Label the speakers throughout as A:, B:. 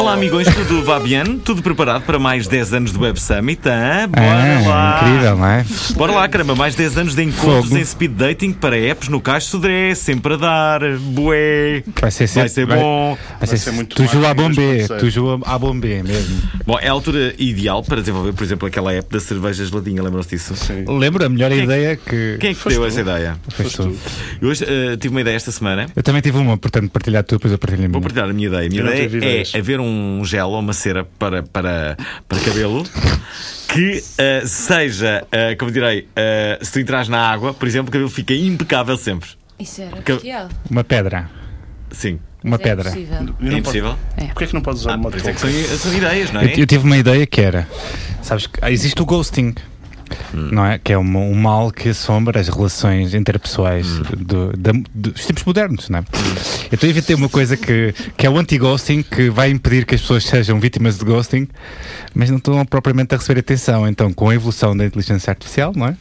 A: Olá, amigões, tudo va bien? Tudo preparado para mais 10 anos do Web Summit? Hã? Bora lá!
B: Ah, incrível, não é?
A: Bora lá, caramba, mais 10 anos de encontros
B: Fogo.
A: em speed dating para apps no Cais Sodré, sempre a dar, bué,
B: Vai ser,
A: vai
B: sempre-
A: ser bom.
B: Vai ser,
C: ser muito
B: tu
C: mais
B: joga a
C: que dois
B: bombê,
C: parceiros.
B: tu joga a bombê mesmo.
A: Bom, é a altura ideal para desenvolver, por exemplo, aquela app da cerveja geladinha, lembram-se disso?
C: Sim.
B: Lembro a melhor ideia que.
A: Quem é que deu essa ideia?
B: Foste tu.
A: Eu hoje eh, tive uma ideia esta semana,
B: Eu também tive uma, portanto, partilhar tu, depois eu partilho a minha.
A: Vou partilhar a minha ideia. A minha
C: Eu não
A: ideia
C: tive ideias.
A: é haver um gel ou uma cera para, para, para cabelo que ah, seja, ah, como direi, ah, se tu entras na água, por exemplo, o cabelo fica impecável sempre.
D: Isso era
A: Que-
D: bestial.
B: Uma pedra.
A: Sim.
B: Uma
D: Mas é
B: pedra.
D: possível.
C: Eu
A: é
C: não
A: impossível?
C: Posso... Porquê é que não podes usar uma
A: Por isso é que
C: touca?
A: são, são ideias, não é?
B: Eu, eu tive uma ideia que era. Sabes que ah, existe o ghosting.
A: Hum.
B: Não é? Que é um, um mal que assombra as relações interpessoais
A: Hum.
B: do- da- dos tempos modernos, não é? Então evitei uma coisa que, que é o anti-ghosting, que vai impedir que as pessoas sejam vítimas de ghosting, mas não estão propriamente a receber atenção. Então, com a evolução da inteligência artificial, não é?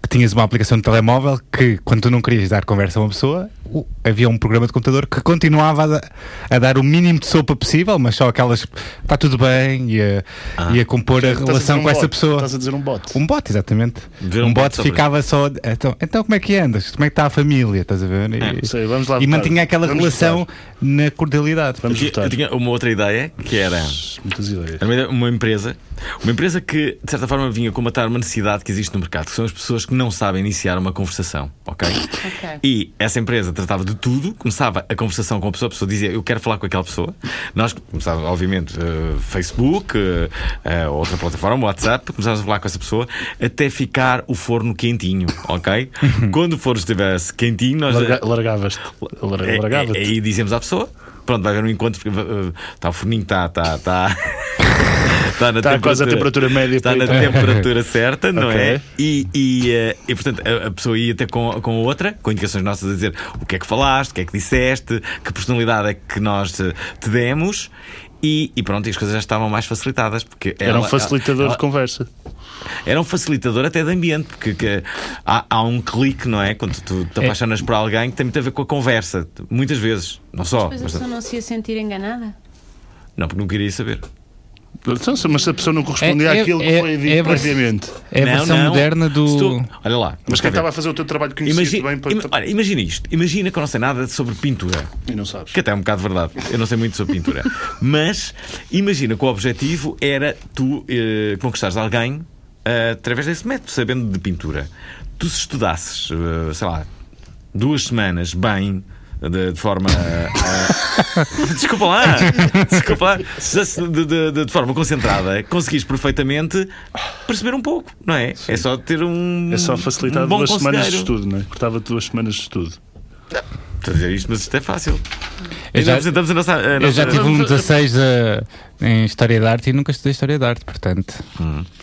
B: Que tinhas uma aplicação de telemóvel que, quando tu não querias dar conversa a uma pessoa, o- havia um programa de computador que continuava a, da- a dar o mínimo de sopa possível, mas só aquelas. Está tudo bem, e a,
A: Ah.
B: e a compor a
C: Estás a dizer
B: relação
C: um
B: com essa
C: bot.
B: pessoa.
C: Estás a dizer um bot.
B: Um bot, exatamente.
A: Ver um
B: um
A: bot
B: bot
A: sobre-
B: ficava só. Então, então como é que andas? Como é que está a família? Estás a ver?
A: É,
B: E,
C: Sei, vamos lá
B: e
C: votar.
B: mantinha aquela
C: Vamos
B: relação
C: votar.
B: na cordialidade.
A: Eu
C: Vamos
A: tinha- eu
C: votar.
A: tinha uma outra ideia que era.
C: Muitas ideias.
A: Era uma ideia- é uma empresa, uma empresa que de certa forma vinha combatar uma necessidade que existe no mercado, que são as pessoas que não sabem iniciar uma conversação, ok?
D: Ok.
A: E essa empresa tratava de tudo, começava a conversação com a pessoa, a pessoa dizia eu quero falar com aquela pessoa. Nós começávamos, obviamente, eh, Facebook, eh, eh, outra plataforma, WhatsApp, começávamos a falar com essa pessoa até ficar o forno quentinho, ok? Quando o forno estivesse quentinho,
B: é-
A: nós
C: Larga- Largavas-te. Lar-
A: é- é-
C: Largava-te.
A: Aí dizemos à pessoa: pronto, vai haver um encontro. Está o forninho, está. Está tá, tá na
C: Está quase a temperatura média
A: Está
C: para
A: na
C: ir
A: temperatura certa, não é?
C: Ok.
A: E, e, eh, e, portanto, a, a pessoa ia até com, com a outra, com indicações nossas a dizer o que é que falaste, o que é que disseste, que personalidade é que nós eh, te demos. E, e pronto, e as coisas já estavam mais facilitadas. Porque
C: Era um
A: ela-
C: facilitador
A: ela-
C: de conversa.
A: era um facilitador até de ambiente, porque que há, há um clique, não é? Quando tu te apaixonas por alguém que tem muito a ver com a conversa, muitas vezes, não só.
D: Depois a
A: mas-
D: pessoa não se ia sentir enganada.
A: não, porque não queria saber.
C: Então, se- Mas se a pessoa não correspondia
B: É- é-
C: àquilo que
B: é-
C: foi
B: é
C: dito
B: vers-
C: previamente.
B: É a
A: Não,
B: versão
A: não.
B: moderna
A: Se
B: do.
A: tu- Olha lá.
C: Mas
A: cá
C: quem
A: ver.
C: estava a fazer o teu trabalho conhecia
A: Imagina,
C: bem para.
A: ima- olha, imagina isto. Imagina que eu não sei nada sobre pintura.
C: E não sabes.
A: Que até é um bocado verdade. Eu não sei muito sobre pintura. Mas imagina que o objetivo era tu eh, conquistares alguém eh, através desse método, sabendo de pintura. Tu se estudasses, eh, sei lá, duas semanas bem. De, de forma. eh, eh, desculpa lá! Desculpa lá! se- se- De, de- de- de forma concentrada, conseguis perfeitamente perceber um pouco, não é? É só ter um.
C: É só facilitar
A: um bom
C: duas semanas de
A: conselheiro.
C: estudo, não é? Cortava-te duas semanas de estudo.
A: Estou a dizer isto, mas isto é fácil.
B: Eu já-
A: apresentamos a nossa. a
B: Eu
A: nossa-
B: já tive um 16 a- em História da Arte e nunca estudei História da Arte, portanto.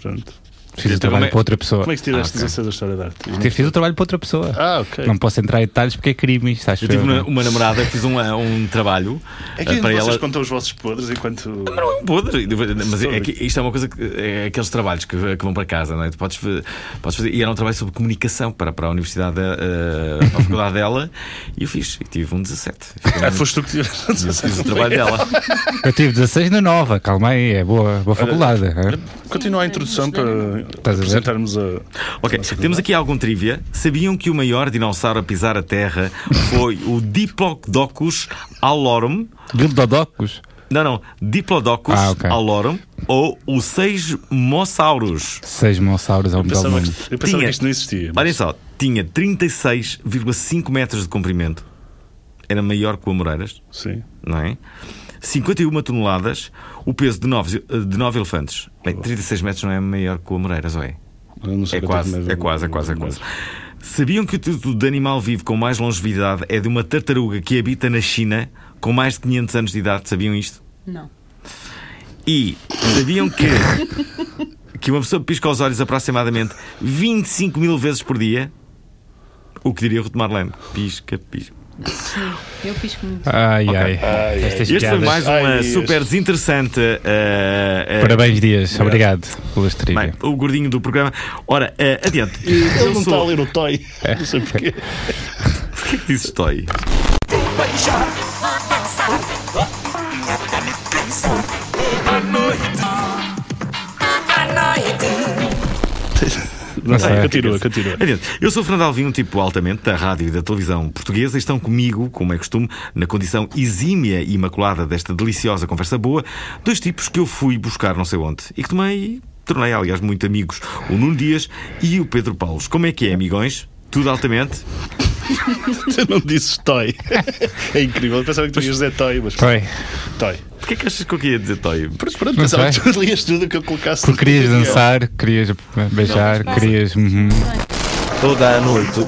C: Pronto.
B: Fiz
A: Então, como
B: o trabalho
A: é-
B: para outra pessoa.
C: Como é que tiveste
A: Ah, ok.
C: 16 da história da arte?
B: Fiz o trabalho para outra pessoa.
C: Ah, ok.
B: Não posso entrar em detalhes porque é crime isto, acho
A: Eu tive
B: eu,
A: uma,
B: não é?
A: uma namorada que fiz um, um trabalho
C: É
A: eh,
C: que
A: para
C: vocês
A: ela.
C: contam os vossos podres enquanto.
A: Não, é podre. Mas é que isto é uma coisa que é aqueles trabalhos que, que vão para casa, não é? Tu podes, fa- podes fazer. E era um trabalho sobre comunicação para, para a universidade, eh, para a faculdade dela, e eu fiz. E tive um 17.
C: Ah, foste tu que tiveste
A: Fiz o trabalho dela.
B: Eu tive 16 na nova, calma aí, é boa, boa faculdade. é?
C: Continua a introdução para
B: a ver?
C: apresentarmos a.
A: Ok, temos aqui algum trivia. Sabiam que o maior dinossauro a pisar a Terra foi o Diplodocus alorum?
B: Gildodocos.
A: Não, não. Diplodocus
B: Ah, ok.
A: alorum ou o Seismosaurus.
B: Seis mossauros ao melhor
C: Pensava
B: mundo.
C: que, eu pensava
A: Tinha.
C: que isto não existia.
A: Olhem só, tinha 36,5 metros de comprimento. Era maior que o Amoreiras,
C: Sim.
A: não é? 51 toneladas, o peso de 9, de nove elefantes. Bem, 36 metros não é maior que o Amoreiras, ou é?
C: Eu não sei
A: É
C: quanto que
A: quase,
C: me-
A: é quase, é quase, é quase. Sabiam que o título de animal vivo com mais longevidade é de uma tartaruga que habita na China com mais de 500 anos de idade? Sabiam isto?
D: Não.
A: E sabiam que que uma pessoa pisca os olhos aproximadamente 25 mil vezes por dia? O que diria Ruth Marlene? Pisca, pisca.
D: Sim, eu pisco muito.
B: Ai, ai.
C: Ai, ai.
B: Estas
A: Este foi
B: piadas.
A: mais um-
C: Ai,
A: uma
C: este.
A: super desinteressante. uh, uh,
B: Parabéns, Dias. Obrigado pelo estribo.
A: bem, o gordinho do programa. Ora, uh, adiante.
C: Ele
A: sou-
C: não está a ler o Toy. Não sei porquê.
A: Porquê que dizes toy?
E: beijar, vou dançar. Minha carne cansa. Toda noite, toda noite.
B: Não sei.
C: Ah, Continua, continua.
A: Adiante. Eu sou o Fernando Alvim, um tipo altamente da rádio e da televisão portuguesa, e estão comigo, como é costume, na condição exímia e imaculada desta deliciosa conversa boa, dois tipos que eu fui buscar não sei onde e que tomei, tornei, aliás, muito amigos, o Nuno Dias e o Pedro Paulos. Como é que é, amigões? Tudo altamente?
C: Tu não disses Toy. É incrível. Eu pensava que tu ias dizer Toy, mas.
B: Foi.
C: Toy.
A: Porquê é que achas que eu queria dizer toy?
C: Pronto, pronto,
B: Não
C: pensava
B: sei.
C: que tu lias tudo o que eu colocasse.
B: Porque querias dançar, querias beijar, querias. uhum.
F: Toda a noite.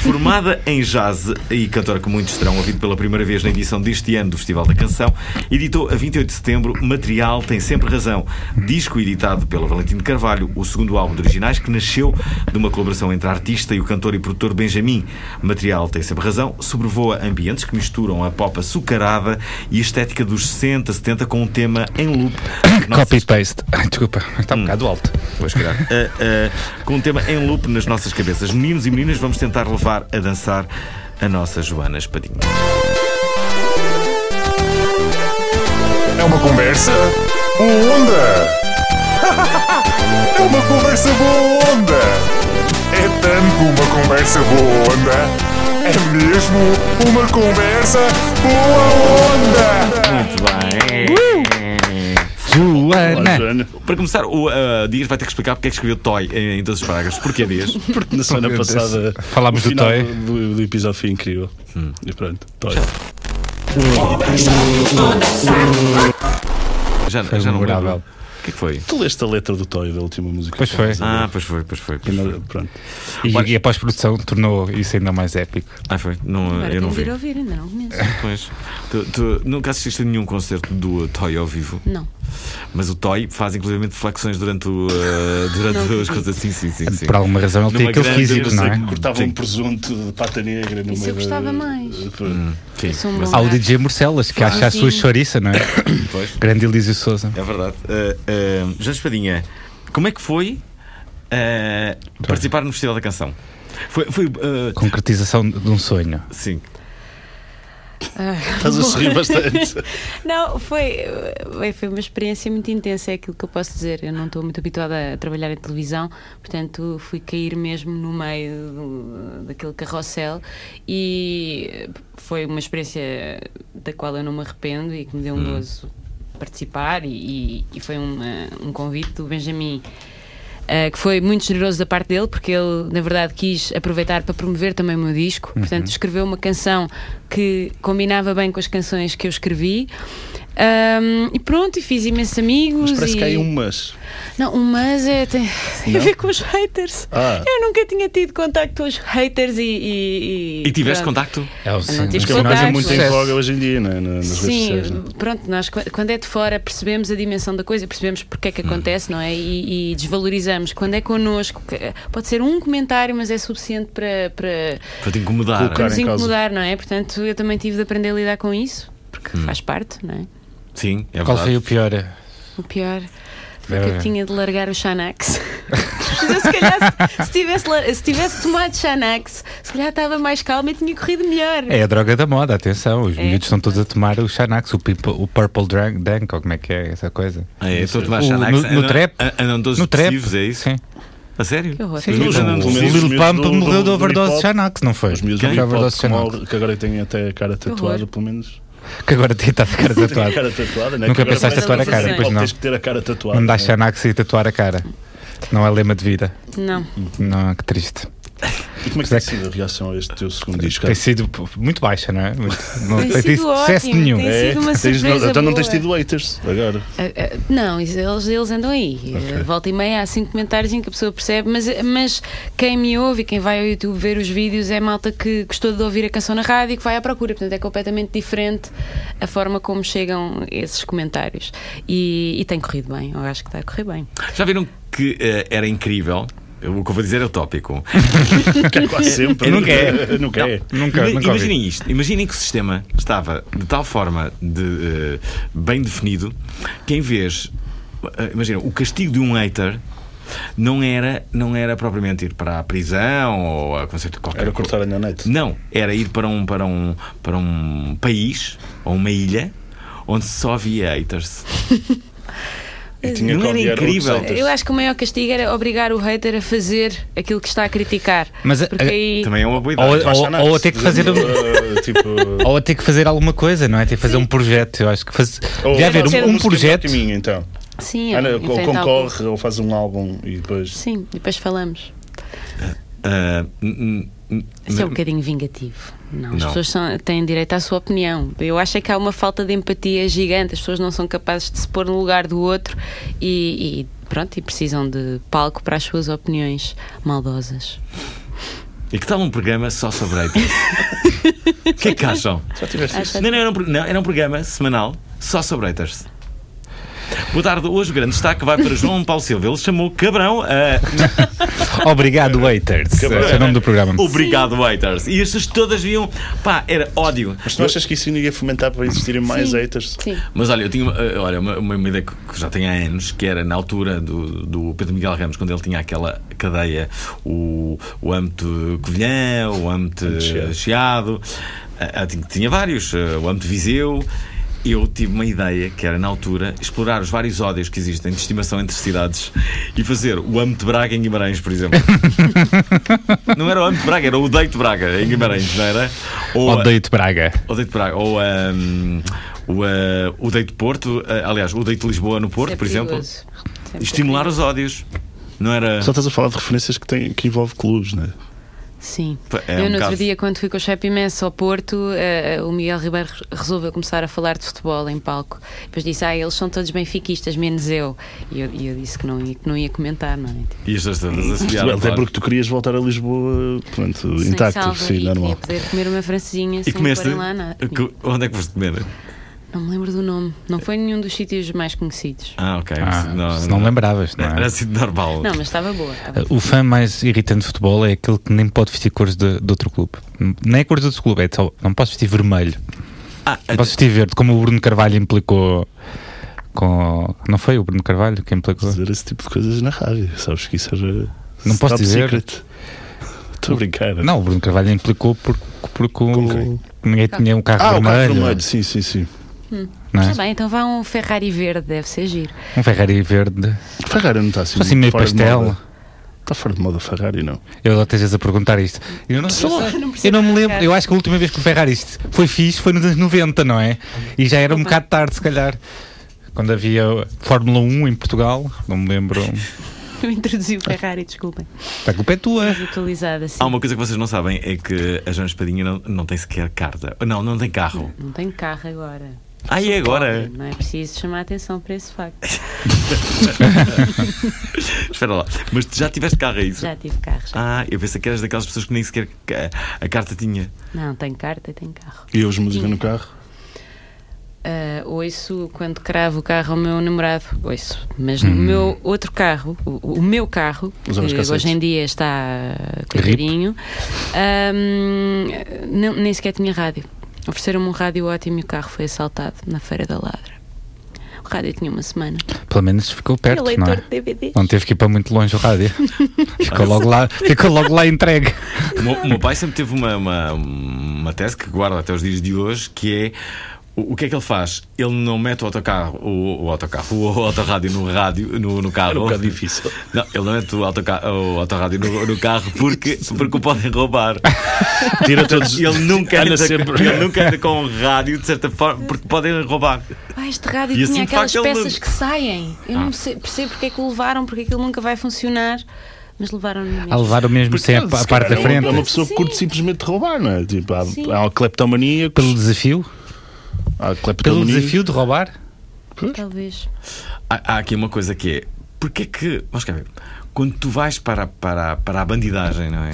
A: Formada em jazz e cantora que muitos terão ouvido pela primeira vez na edição deste ano do Festival da Canção, editou a 28 de setembro Material Tem Sempre Razão, disco editado pela Valentim de Carvalho, o segundo álbum de originais que nasceu de uma colaboração entre a artista e o cantor e produtor Benjamin. Material Tem Sempre Razão sobrevoa ambientes que misturam a pop açucarada e a estética dos 60, 70 com um tema em loop. que nós
B: Copy-paste. Ai, Desculpa, está
A: Hum.
B: um bocado alto.
A: Pois, calhar. Ah, ah, com um tema em loop nas nossas cabeças. Meninos e meninas, vamos tentar levar a dançar a nossa Joana Espadinha.
G: É uma conversa boa onda. É uma conversa boa onda. É tanto uma conversa boa onda. É mesmo uma conversa boa onda.
A: Muito bem.
C: Olá,
B: Joana!
C: Joana.
A: Uh! Para começar, o ah, Dias vai ter que explicar porque é que escreveu Toy em, em todos os parágrafos. Porquê, Dias?
C: Porque na semana
B: Meu Deus.
C: passada.
B: Falámos
C: o
B: do
C: final
B: Toy.
C: Do, do episódio foi incrível. E pronto, Toy.
A: Já,
B: Foi
A: já não me lembro.
B: memorável.
A: O que é que foi?
C: Tu leste a letra do Toy da última música.
B: Pois
C: que
B: foi.
C: estavas a
A: Ah,
C: ler.
A: pois foi, pois foi.
C: E
A: Pois foi.
C: não- Pronto.
B: E, e a pós-produção tornou isso ainda mais épico.
A: Ah, foi. Não,
D: Agora
A: eu não
D: tenho de ir
A: vi.
D: ouvir, ainda não conheço.
A: Pois. Tu, tu nunca assististe a nenhum concerto do ah, Toy ao vivo,
D: Não.
A: mas o Toy faz inclusive flexões durante, o, ah, durante
D: Não.
A: as coisas. Sim, sim, sim. sim.
B: Por alguma razão ele tem
A: Numa
B: aquele
A: grande-
B: físico, não é?
A: Sim.
C: Cortava um presunto de pata negra no
D: Isso eu
C: meio
D: gostava
C: da...
D: mais.
C: Hum.
A: Sim,
D: Eu sou um
A: mas-
D: bom
B: Há o DJ Morcelas, que acha a sua
D: sim.
B: chouriça, não é?
A: Pois.
B: Grande Elísio Souza.
A: É verdade. Uh, uh, João Espadinha, como é que foi uh,
B: Tá.
A: participar no Festival da Canção? Foi. foi, uh,
B: Concretização de um sonho.
A: sim.
C: Estás a sorrir bastante.
D: Não, foi, eh, foi uma experiência muito intensa, é aquilo que eu posso dizer. Eu não estou muito habituada a trabalhar em televisão, portanto fui cair mesmo no meio do- daquele carrossel e eh, foi uma experiência da qual eu não me arrependo e que me deu um gozo participar e, e- e foi uma- um convite do Benjamin. eh, que foi muito generoso da parte dele, porque ele, na verdade, quis aproveitar para promover também o meu disco. Portanto, escreveu uma canção que combinava bem com as canções que eu escrevi. Ahm, e pronto, e fiz imensos amigos.
C: Mas parece
D: e...
C: que há aí um mas.
D: Não, um mas é, tem, tem a ver com os haters.
C: Ah.
D: Eu nunca tinha tido contacto com os haters e. E,
A: E tiveste
D: pronto.
A: contacto?
B: É o
D: sonho. tive
C: Que é uma coisa
D: Contacto.
C: muito em voga hoje em dia, né? na- nas redes
D: Sim,
C: sociais. né?
D: pronto, nós qu- quando é de fora percebemos a dimensão da coisa, percebemos porque é
C: Uhum.
D: que acontece, não é? E, e desvalorizamos. Quando é connosco, que- pode ser um comentário, mas é suficiente para, para
A: Para te incomodar.
C: Colocar.
D: nos
C: em causa.
D: incomodar, não é? Portanto, eu também tive de aprender a lidar com isso,
C: Hum.
D: porque faz parte, não é?
A: Sim, é
B: Qual foi
A: verdade.
B: o pior?
D: O pior foi
B: É.
D: que eu tinha de largar o Xanax. Mas eu, se calhar, se- se tivesse, lar- se tivesse tomado Xanax, se calhar estava mais calma e tinha corrido melhor.
B: É a droga da moda, atenção. Os
D: É.
B: miúdos estão todos a tomar o Xanax, o, pipo- o Purple Drunk, Dunk, ou como é que é essa coisa?
A: Ah, é, estou a tomar
B: O-
A: Xanax.
B: no- no
A: Andam-
B: trap.
A: a- Andam todos
B: No trap.
A: ah, depressivos, é isso?
B: Sim.
A: A sério?
D: Que horror.
B: Sim,
C: Mas
B: então,
C: não, pelo
B: o
C: menos os
B: Lil
C: miúdos
B: Pump
C: do-
B: morreu
C: do-
B: de
C: do
B: overdose de
C: hip-hop.
B: Xanax, não foi?
C: Os miúdos um
B: Foi
C: do hip-hop,
B: overdose de
C: como
B: Xanax.
C: algo que agora têm até a cara tatuada,
D: horror.
C: pelo menos.
B: Que agora tenta ficar
C: Têm a
B: tatuado.
C: cara tatuada, né?
B: Nunca
C: Que agora
B: pensaste
C: parece
D: tatuar a
C: que
D: cara,
C: no
D: pois
C: hip-hop
B: não.
C: Tens que ter a cara tatuada.
B: Não dá
C: né?
B: Xanax e tatuar a cara. Não é lema de vida.
D: Não.
B: Não, que triste.
C: E como é que
B: Será
C: tem
B: que-
C: sido a reação a este teu segundo disco?
B: Tem sido p- muito baixa, não é? Muito- Não
D: Tem sido
B: tido sucesso
D: ótimo,
B: nenhum.
D: tem sido uma
C: tens-
D: surpresa
C: então não
D: boa.
C: tens tido haters agora.
D: Ah, ah, Não, isso- eles, eles andam aí. Eh,
C: Ok.
D: Volta e meia há cinco comentários em que a pessoa percebe, mas, eh, mas quem me ouve e quem vai ao YouTube ver os vídeos é malta que gostou de ouvir a canção na rádio e que vai à procura. Portanto, é completamente diferente a forma como chegam esses comentários. E, e tem corrido bem, eu acho que está a correr bem.
A: Já viram que eh, era incrível? O que eu vou dizer é o tópico.
C: Que é quase sempre.
A: Nunca
C: é. Nunca é.
B: Nunca,
A: Ima-
B: nunca ouvi.
A: imaginem isto, imaginem que o sistema estava de tal forma de, eh, bem definido que em vez, eh, imagina, o castigo de um hater não era, não era propriamente ir para a prisão ou a concerto qualquer
C: Era
A: coisa.
C: cortar a minha noite.
A: Não, era ir para um, para um, para um país ou uma ilha onde só havia haters.
C: E tinha
A: Não
C: que
A: era
C: odiar outros
A: incrível?
C: haters.
D: é Eu acho que o maior castigo era obrigar o hater a fazer aquilo que está a criticar.
B: Mas eh, ah, a-
D: Porque
B: a-
D: aí.
A: Também é uma boa ideia.
B: Ou,
C: Lá está,
B: ou,
C: não,
B: ou a ter que fazer.
C: eh, Tipo.
B: Ou a ter que fazer alguma coisa, não é? Ter que fazer um projeto. Eu acho que faz...
C: ou-
B: devia haver
D: ser
B: um, um
C: música
D: música
B: projeto.
C: para caminho, então.
D: Sim,
C: Ah, não, ou
D: enfrentar o-
C: concorre ou faz um álbum e depois.
D: Sim, depois falamos.
A: Ah, n- n-
D: Isso é
A: n-
D: um bocadinho vingativo. Não, as
A: Não.
D: pessoas são- têm direito à sua opinião. Eu acho é que há uma falta de empatia gigante. As pessoas não são capazes de se pôr no lugar do outro e, e pronto, e precisam de palco para as suas opiniões maldosas.
A: E que tal um programa só sobre haters? O que é que acham?
C: Já tiveste
D: é-
C: isso?
A: Não, não, era um, pro- não, era um programa semanal só sobre haters. Boa tarde, hoje o grande destaque vai para João Paulo Silva. Ele chamou Cabrão a
B: Obrigado, haters. Esse é o nome do programa.
A: Obrigado Haters. E estas todas viam, pá, era ódio.
C: Mas tu achas que isso ainda ia fomentar para existirem mais
D: Sim,
C: haters?
D: Sim.
A: Mas olha, eu tinha eh, olha, uma, uma- uma ideia que que já tenho há anos, que era na altura do, do Pedro Miguel Ramos, quando ele tinha aquela cadeia, o, o âmbito Covilhã, o âmbito
C: Chiado.
A: Chiado, ah, ah, tinha, tinha vários, ah, o âmbito Viseu. Eu tive uma ideia que era, na altura, explorar os vários ódios que existem de estimação entre cidades e fazer o âmbito Braga em Guimarães, por exemplo. não era o âmbito Braga, era o deito Braga em Guimarães, não era? Ou,
B: Odeio-te, Braga.
A: o Deito Braga, ou ahm, o, ah, o Deito Porto, ah, aliás, o Deito Lisboa no Porto,
D: Isso é
A: por exemplo,
D: perigoso. Isso é
A: estimular os ódios. Não era.
C: Só estás a falar de referências que, tem, que envolve clubes, não é?
D: Sim.
A: É um
D: eu no
A: bocado-
D: outro dia, quando fui com o chefe imenso ao Porto, eh, o Miguel Ribeiro re- resolveu começar a falar de futebol em palco. Depois disse: Ah, eles são todos benfiquistas, menos eu. E eu, e eu disse que não, ia, que não ia comentar, não é? Tipo,
A: E estas todas a
C: Bem,
B: é
A: subiar,
C: Até
A: claro.
C: porque tu querias voltar a Lisboa pronto,
D: sem
C: intacto,
D: salva e tipo-
C: sim,
D: queria
C: normal.
D: poder comer uma francesinha
A: E
D: sem
A: comeste.
D: porem lá nada.
A: que- Onde é que foste comer?
D: Não me lembro do nome. Não foi nenhum dos sítios mais conhecidos.
A: Ah, ok.
B: Ah,
A: Mas
B: se não lembravas, não
A: Era
B: é?
A: assim de normal.
D: Não, mas estava boa.
A: Ah,
D: estava boa.
B: O fã mais irritante de futebol é aquele que nem pode vestir cores de, de outro clube. Nem é cores de outro clube, é só, não posso vestir vermelho.
A: Ah,
B: Não posso vestir verde, como o Bruno Carvalho implicou com. Não foi o Bruno Carvalho que implicou?
C: Fazer esse tipo de coisas na rádio, sabes que isso era.
B: Não posso
C: top
B: dizer.
C: secret. Estou a brincar.
B: Não, o Bruno Carvalho implicou porque, porque
C: Com
B: o,
C: quem?
B: ninguém tinha um carro
C: Ah, o
B: vermelho.
C: carro vermelho, sim, sim, sim.
B: não é?
D: Está bem, então vá um Ferrari verde, deve ser giro.
B: Um Ferrari verde,
C: Ferrari não está assim.
B: só assim meio
C: fora de
B: pastel.
C: moda. Está fora de moda Ferrari, não.
B: Eu até às vezes a perguntar isto. Eu não, eu sei, eu não me lembro. Eu acho que a última vez que o Ferrari isto foi fixe foi nos anos 90, não é? E já era um bocado tarde, se calhar. Quando havia Fórmula 1 em Portugal, não me lembro.
D: Eu introduzi o Ferrari, desculpem. assim.
B: A culpa é tua.
D: Desatualizada, sim.
A: Há uma coisa que vocês não sabem é que a Joana Espadinha não, não tem sequer carta. Não, não tem carro.
D: Não tenho carro agora.
A: Ah, e agora?
D: Não é preciso chamar a atenção para esse facto.
A: Espera lá. Mas tu já tiveste carro, é isso?
D: Já tive carro. já.
A: Ah, eu pensei que eras daquelas pessoas que nem sequer ca- a carta tinha.
D: Não, tenho carta e tenho carro.
C: E hoje música no carro?
D: Ah, ouço quando cravo o carro ao meu namorado, ouço. Mas no meu outro carro, o, o meu carro,
C: Usavas
D: que
C: cassetes.
D: hoje em dia está coitadinho, ahm, não- nem sequer tinha rádio. Ofereceram-me um rádio ótimo e o carro foi assaltado na Feira da Ladra. O rádio tinha uma semana.
B: Pelo menos ficou perto,
D: e leitor
B: não é?
D: de DVD.
B: Não teve que ir para muito longe o rádio. Ficou logo lá, ficou logo lá entregue.
A: O meu, o meu pai sempre teve uma, uma, uma tese que guarda até os dias de hoje, que é o, o que é que ele faz? Ele não mete o autocarro, o, o autocarro, o, autorrádio no rádio, no, no carro.
C: Era um bocado difícil.
A: Não, ele não mete o, autocarro, o autorrádio no, no carro porque, porque o podem roubar.
C: Tira todos.
A: Ele nunca,
C: Anda
A: anda,
C: sempre.
A: ele nunca anda com um rádio, de certa forma, porque podem roubar.
D: Ah, este rádio
A: E
D: tinha
A: assim, de
D: aquelas
A: facto, ele-
D: é peças que saem. Eu não sei- percebo porque é que o levaram, porque aquilo nunca vai funcionar. mas levaram-no mesmo.
B: A levar o mesmo sem a, pa- a
C: se
B: parte
C: calhar,
B: da
C: é
B: frente.
C: uma, é uma pessoa que
D: Sim.
C: curte simplesmente roubar, não é? Tipo, há,
D: Sim.
C: há cleptomaníacos,
B: Pelo desafio?
C: há um
B: Pelo
C: cleptomaníacos.
B: desafio de roubar?
D: Talvez.
A: Há, há aqui uma coisa que é. Porquê que. Vamos cá ver. Quando tu vais para, a- para, a- para a bandidagem, não é?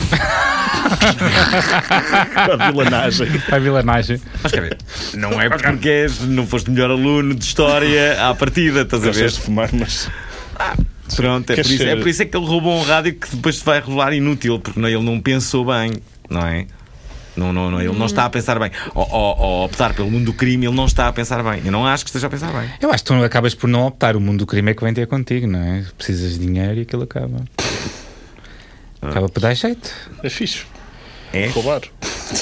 C: a vilanagem.
B: Para a vilanagem.
A: Vamos cá ver. Não é porque és, não foste melhor aluno de história à partida, estás a ver?
C: Gostas de fumar, mas
A: Pronto, é
C: Quer
A: por, isso, é
C: ser-
A: por isso é que ele roubou um rádio que depois se vai revelar inútil, porque não, ele não pensou bem, não é? Não, não, não, ele não está a pensar bem. Ao, ao- ao optar pelo mundo do crime, ele não está a pensar bem. Eu não acho que esteja a pensar bem.
B: Eu acho que tu acabas por não optar. O mundo do crime é que vem ter contigo, não é? Precisas de dinheiro e aquilo acaba. Acaba por dar jeito.
C: é fixe.
A: É?
C: Roubar.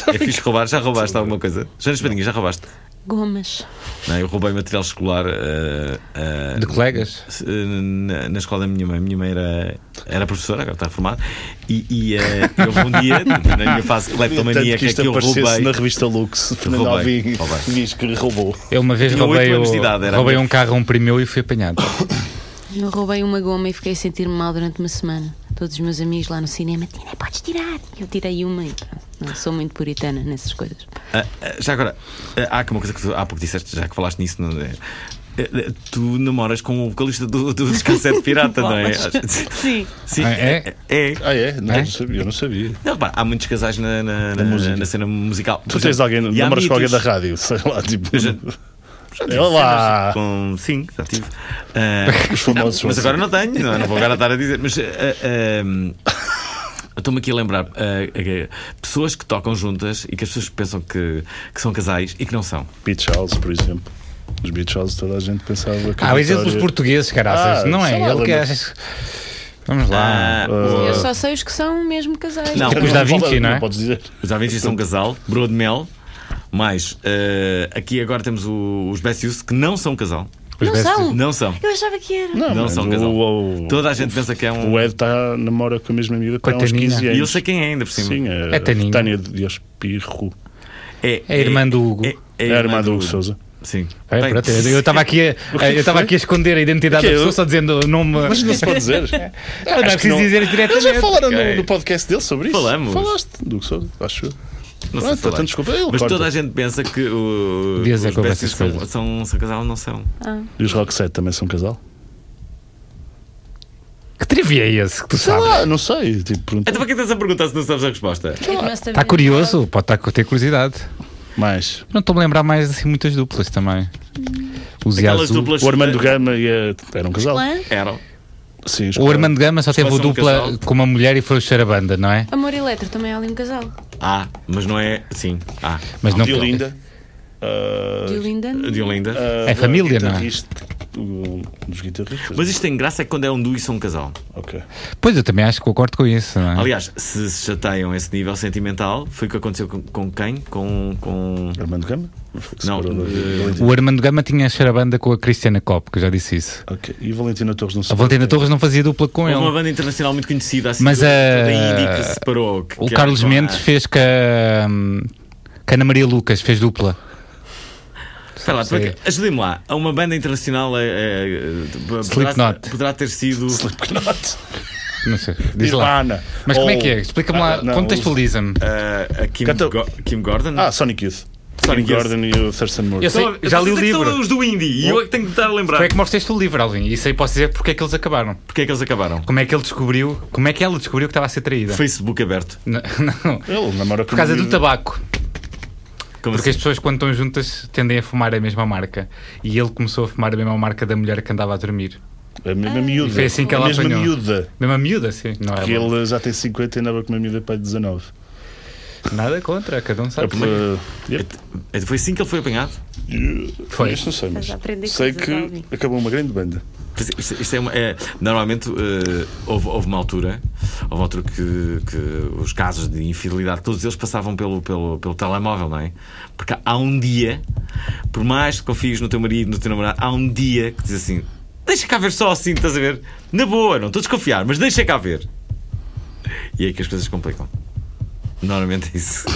A: É fixe roubar, já roubaste alguma coisa? Joana Espadinha, já roubaste?
D: Gomas.
A: Não, é? eu roubei material escolar eh, eh,
B: De colegas.
A: se- na, na escola da minha mãe. Minha mãe era, era professora, agora está formada. E, e eh, eu um dia, na minha fase
C: Tanto que
A: cleptomaníaca,
C: isto
A: que eu
C: aparecesse
A: roubei.
C: na revista Lux, Fernando
A: Roubei.
C: Alvim
A: Roubei.
C: diz que roubou.
B: Eu uma vez
A: Tinha oito
B: roubei,
A: anos
B: o-
A: de idade, era a
B: roubei
A: minha-
B: um carro a um primeu e fui apanhado.
D: Eu roubei uma goma e fiquei a sentir-me mal durante uma semana. Todos os meus amigos lá no cinema, Tina, podes tirar. Eu tirei uma e pronto. Não sou muito puritana nessas coisas.
A: Ah, ah, já agora, ah, há aqui uma coisa que tu há pouco disseste, já que falaste nisso, não é? Ah, ah, Tu namoras com o vocalista do, do Descansete Pirata, não é?
D: Sim.
A: Sim,
B: Ah, é?
A: é.
C: Ah, é? Não,
B: É?
C: não sabia, eu não sabia.
A: Não, repara, há muitos casais na, na, na-
C: música.
A: na cena musical.
B: é.
C: Tu tens alguém, namoras com alguém da rádio, sei lá, tipo.
A: já-
C: É lá!
A: Com, sim, já tive. Ah,
C: Os famosos.
A: não, mas
C: são
A: agora
C: assim.
A: não tenho, não, não vou agora estar a dizer. Mas ah, ah, eu estou-me aqui a lembrar ah, ah, pessoas que tocam juntas e que as pessoas pensam que, que são casais e que não são.
C: Beach House, por exemplo. Os Beach House, toda a gente pensava que.
B: Ah,
C: a
B: mas eles os
C: Vitória-
B: portugueses, caraças.
C: Ah,
B: não é?
C: sei lá,
B: Ele que
C: lembra-
B: achas- Vamos lá.
A: Ah,
D: Eu só sei os que são mesmo casais.
A: Não.
B: Tipo os da Vinci, não é?
C: Podes dizer.
A: Os Avengers são um casal, Bro de Mel. Mais, eh, aqui agora temos o- os Best Youth que não são casal.
B: Os
D: Não
B: bestas-
D: são?
A: Não são.
D: Eu achava que era.
A: Não
C: mas
A: são
C: o-
A: casal.
C: o-
A: Toda a gente pensa que é um.
C: O Ed está namora com a mesma amiga para uns
B: Coitadinha.
C: 15 anos.
A: E eu sei quem é ainda por cima.
C: Sim, é,
B: É Taninha.
C: Tânia de Espirro.
B: É a irmã do Hugo.
A: É, é
C: É a irmã do Hugo Souza.
A: Sim.
B: É,
A: Bem,
B: pronto, eu eu estava aqui, a- eu estava aqui a esconder a identidade
C: O quê?
B: da pessoa, só dizendo o nome.
C: Mas não se pode dizer.
B: Ah, não é preciso dizer
C: Eles já
B: diretamente.
C: falaram
A: Ok.
C: no, no podcast dele sobre isso.
A: Falamos.
C: Falaste do que sou, acho
A: não sei se
C: eu. Ah,
A: falei.
B: então
C: portanto, desculpa, ele
A: Mas
C: corta.
A: toda a gente pensa que o, os
B: Devia dizer
A: Best
B: com
A: Youth
B: essas
A: são,
B: coisas.
A: são, são casal não são.
C: E os Roxette também são um casal?
B: Que trivia é esse que tu
C: Sei
B: sabes?
C: lá, não sei. Tipo, pergunta
A: Então para que estás a perguntar se não sabes a resposta?
D: É
B: Está Tá curioso? Pode estar a ter curiosidade.
C: mais.
B: Não estou a lembrar mais assim muitas duplas também. Os
A: Aquelas
B: Yazoo.
A: duplas.
C: O Armando Gama e a... era um casal.
D: Clã,
A: Eram.
C: Sim, os
B: O Armando Gama só teve
A: Mas
B: o
A: são um
B: dupla
A: casal.
B: com uma mulher e foi o Xarabanda, não é?
D: Amor Eletro, também há ali um casal.
A: Ah, mas não é. Sim. Ah.
B: Mas não
C: De Olinda. Ah,
D: De Olinda.
A: De um Olinda.
C: ah,
B: É família, não é?
C: guitarrista, Um dos guitarristas.
A: Mas isto tem graça é que quando é um duo e são um casal.
C: Ok.
B: Pois eu também acho que concordo com isso, não é?
A: Aliás, se se chateiam a esse nível sentimental, foi o que aconteceu com, com quem? Com. com...
C: Armando Gama? Foi que se
A: Não,
C: separou da-
A: eh,
C: da Valentina.
B: O Armando Gama tinha a Xarabanda com a Cristiana Cop, que eu já disse isso.
C: Ok. E Valentina Torres não
B: A
C: sei.
B: Valentina Torres não fazia dupla com
A: Houve uma
B: ele.
A: banda internacional muito conhecida assim,
B: Mas,
A: toda
B: eh,
A: toda indie que se separou. que-
B: O
A: que
B: Carlos
A: era com a-
B: Mendes fez com a, hum, com a Ana Maria Lucas, fez dupla.
A: Espera lá, tu é que- ajudem-me lá. Há uma banda internacional. eh, eh, poderá,
B: Slipknot.
A: poderá ter sido.
C: Slipknot.
B: Não sei, diz lá.
C: Nirvana.
B: Mas como é
C: Ou-
B: que é? Explica-me lá,
C: Ah, não,
B: contextualiza-me.
A: eh, a Kim,
C: Canta-
A: Go- Kim Gordon?
C: Ah, Sonic Youth.
A: Sonic
C: Sonic
A: Youth.
C: Gordon e o Thurston Moore.
B: Eu sei,
A: Então,
B: já li o
A: vocês é que São
B: livro.
A: os do indie e eu é que tenho de estar a lembrar.
B: Como é que mostras o livro, Alvin? Isso aí posso dizer porque é que eles acabaram.
A: Porque é que eles acabaram?
B: Como é que ele descobriu, como é que ela descobriu que estava a ser traída?
A: Facebook aberto.
B: Não, não.
C: Ele namora
B: Por causa do tabaco.
A: Como
B: Porque as
A: assim?
B: pessoas quando estão juntas tendem a fumar a mesma marca. E ele começou a fumar a mesma marca da mulher que andava a dormir.
C: É A mesma miúda.
B: Foi assim que
C: a
B: ela
C: mesma
B: apanhou.
C: miúda.
B: Mesma miúda, sim. Não é
C: Que ele já tem 50 e andava com uma miúda para 19.
B: Nada contra, cada um
C: É
B: sabe.
C: porque- Yep.
A: Eh, Foi assim que ele foi apanhado?
B: Foi.
C: Isto não sei, mas
D: Estás a aprender
C: sei
D: coisas,
C: que
D: Alvin.
C: acabou uma grande banda.
A: Isto, isto é uma- é- normalmente eh, houve, houve uma altura, houve uma altura que, que os casos de infidelidade, todos eles passavam pelo, pelo, pelo telemóvel, não é? Porque há um dia, por mais que confies no teu marido, no teu namorado, há um dia que diz assim: deixa cá ver só assim, estás a ver? Na boa, não estou a desconfiar, mas deixa cá ver. E é aí que as coisas complicam. Normalmente é isso.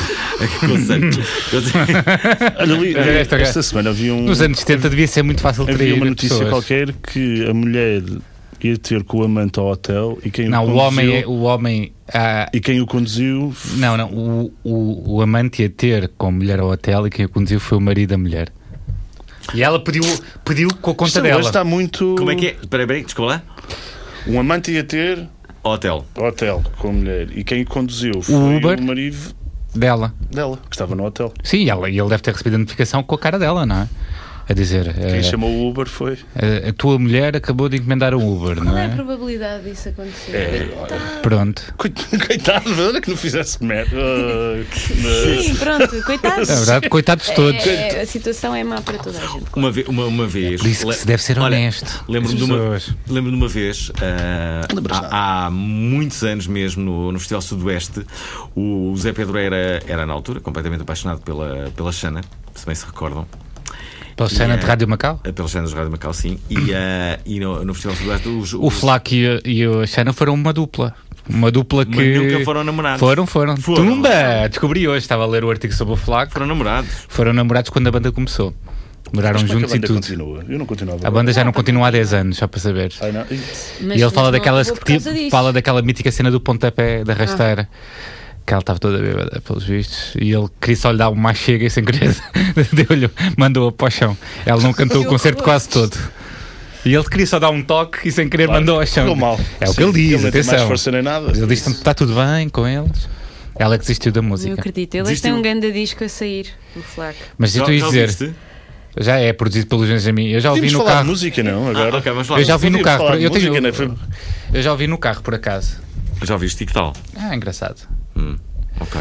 A: É que aconselho. Aconselho.
C: Olha, ali,
B: Olha esta
C: esta semana havia um,
B: Nos anos 70 devia ser muito fácil
C: havia
B: trair
C: uma notícia
B: pessoas.
C: qualquer que a mulher ia ter com o amante ao hotel e quem
B: Não, o
C: o conduziu,
B: homem, é- o homem ah,
C: e quem o conduziu
B: Não, não. O, o, o amante ia ter com a mulher ao hotel e quem a conduziu foi o marido da mulher. E ela pediu, pediu com a conta
C: Isto é
B: dela.
C: hoje está muito.
A: Como é que é? Peraí, peraí, desculpa lá.
C: Um amante ia ter
A: Hotel.
C: ao hotel com a mulher e quem o conduziu foi
B: Uber?
C: o marido
B: Dela.
C: dela, que estava no hotel.
B: Sim, e ela, e ele deve ter recebido a notificação com a cara dela, não é? A dizer,
C: Quem
B: eh,
C: chamou o Uber foi.
B: a, a tua mulher acabou de encomendar um Uber, não
D: Qual é a
B: é?
D: probabilidade disso acontecer?
B: Pronto.
C: Coit- Coitado, olha que não fizesse merda. Ah,
D: Sim, pronto, coitado.
B: É verdade, coitados todos.
D: É, é, a situação é má para toda a gente.
A: Uma, ve uma, uma vez.
B: Por isso que
A: Le-
B: se deve ser
A: Olha,
B: honesto.
A: Lembro-me
B: As
A: de, uma,
B: pessoas.
A: lembro de uma vez, ah, há, há muitos anos mesmo, no, no Festival Sudoeste, o, Zé Pedro era, era, na altura, completamente apaixonado pela, pela Xana, se bem se recordam.
B: Pela cena de Rádio Macau.
A: eh, Pela Xana dos Rádio Macau, sim. E, ah, e no, no Festival Sudoeste, os,
B: O
A: os-
B: Flaco e a, e a Xana foram uma dupla. Uma dupla que.
A: Mas nunca foram namorados.
B: Foram, foram.
A: Foram.
B: Tumba! Descobri hoje, estava a ler o artigo sobre o Flaco.
A: foram namorados.
B: Foram namorados quando a banda começou. Moraram
C: mas como é
B: juntos
C: que a
B: e
C: banda
B: tudo.
C: continua? Eu não continuava.
B: A banda já não continua há 10 anos, só para saber.
C: Ai, não. Ih,
D: Mas-
B: e ele fala
D: mas não
B: daquelas que
D: acabou por causa
B: ti-
D: disso. Ah.
B: fala daquela mítica cena do pontapé da rasteira. Que ela estava toda bêbada, pelos vistos, e ele queria só lhe dar uma chega e sem querer deu-lhe, mandou-a para o chão. Ela não cantou o
D: Que
B: concerto
D: horror.
B: quase todo. E ele queria só dar um toque e sem querer mandou ao chão.
C: Ficou mal.
B: É o que
C: Sim,
B: ele diz,
C: não tem mais
B: atenção.
C: força nem nada.
B: Mas Ele diz que está tudo bem com eles. Ela é que desistiu da
D: Eu
B: música.
D: acredito. Eles
A: Existe
D: têm
A: um-
D: um grande disco a sair, o Flaco.
B: Mas eu
A: Já-
B: tu ias
A: já
B: dizer,
A: ouviste?
B: já é produzido pelo Benjamin. Eu já ouvi
C: Podíamos
B: no
C: falar de
B: carro.
C: música, não? Agora.
A: Ah, ok, vamos lá.
B: Eu já ouvi no
C: Podíamos
B: carro.
C: falar de
B: Eu tenho-
C: música, não é? Foi-
B: Eu já ouvi no carro, por acaso.
A: Já ouviste e que tal?
B: Ah, engraçado.
A: Ok.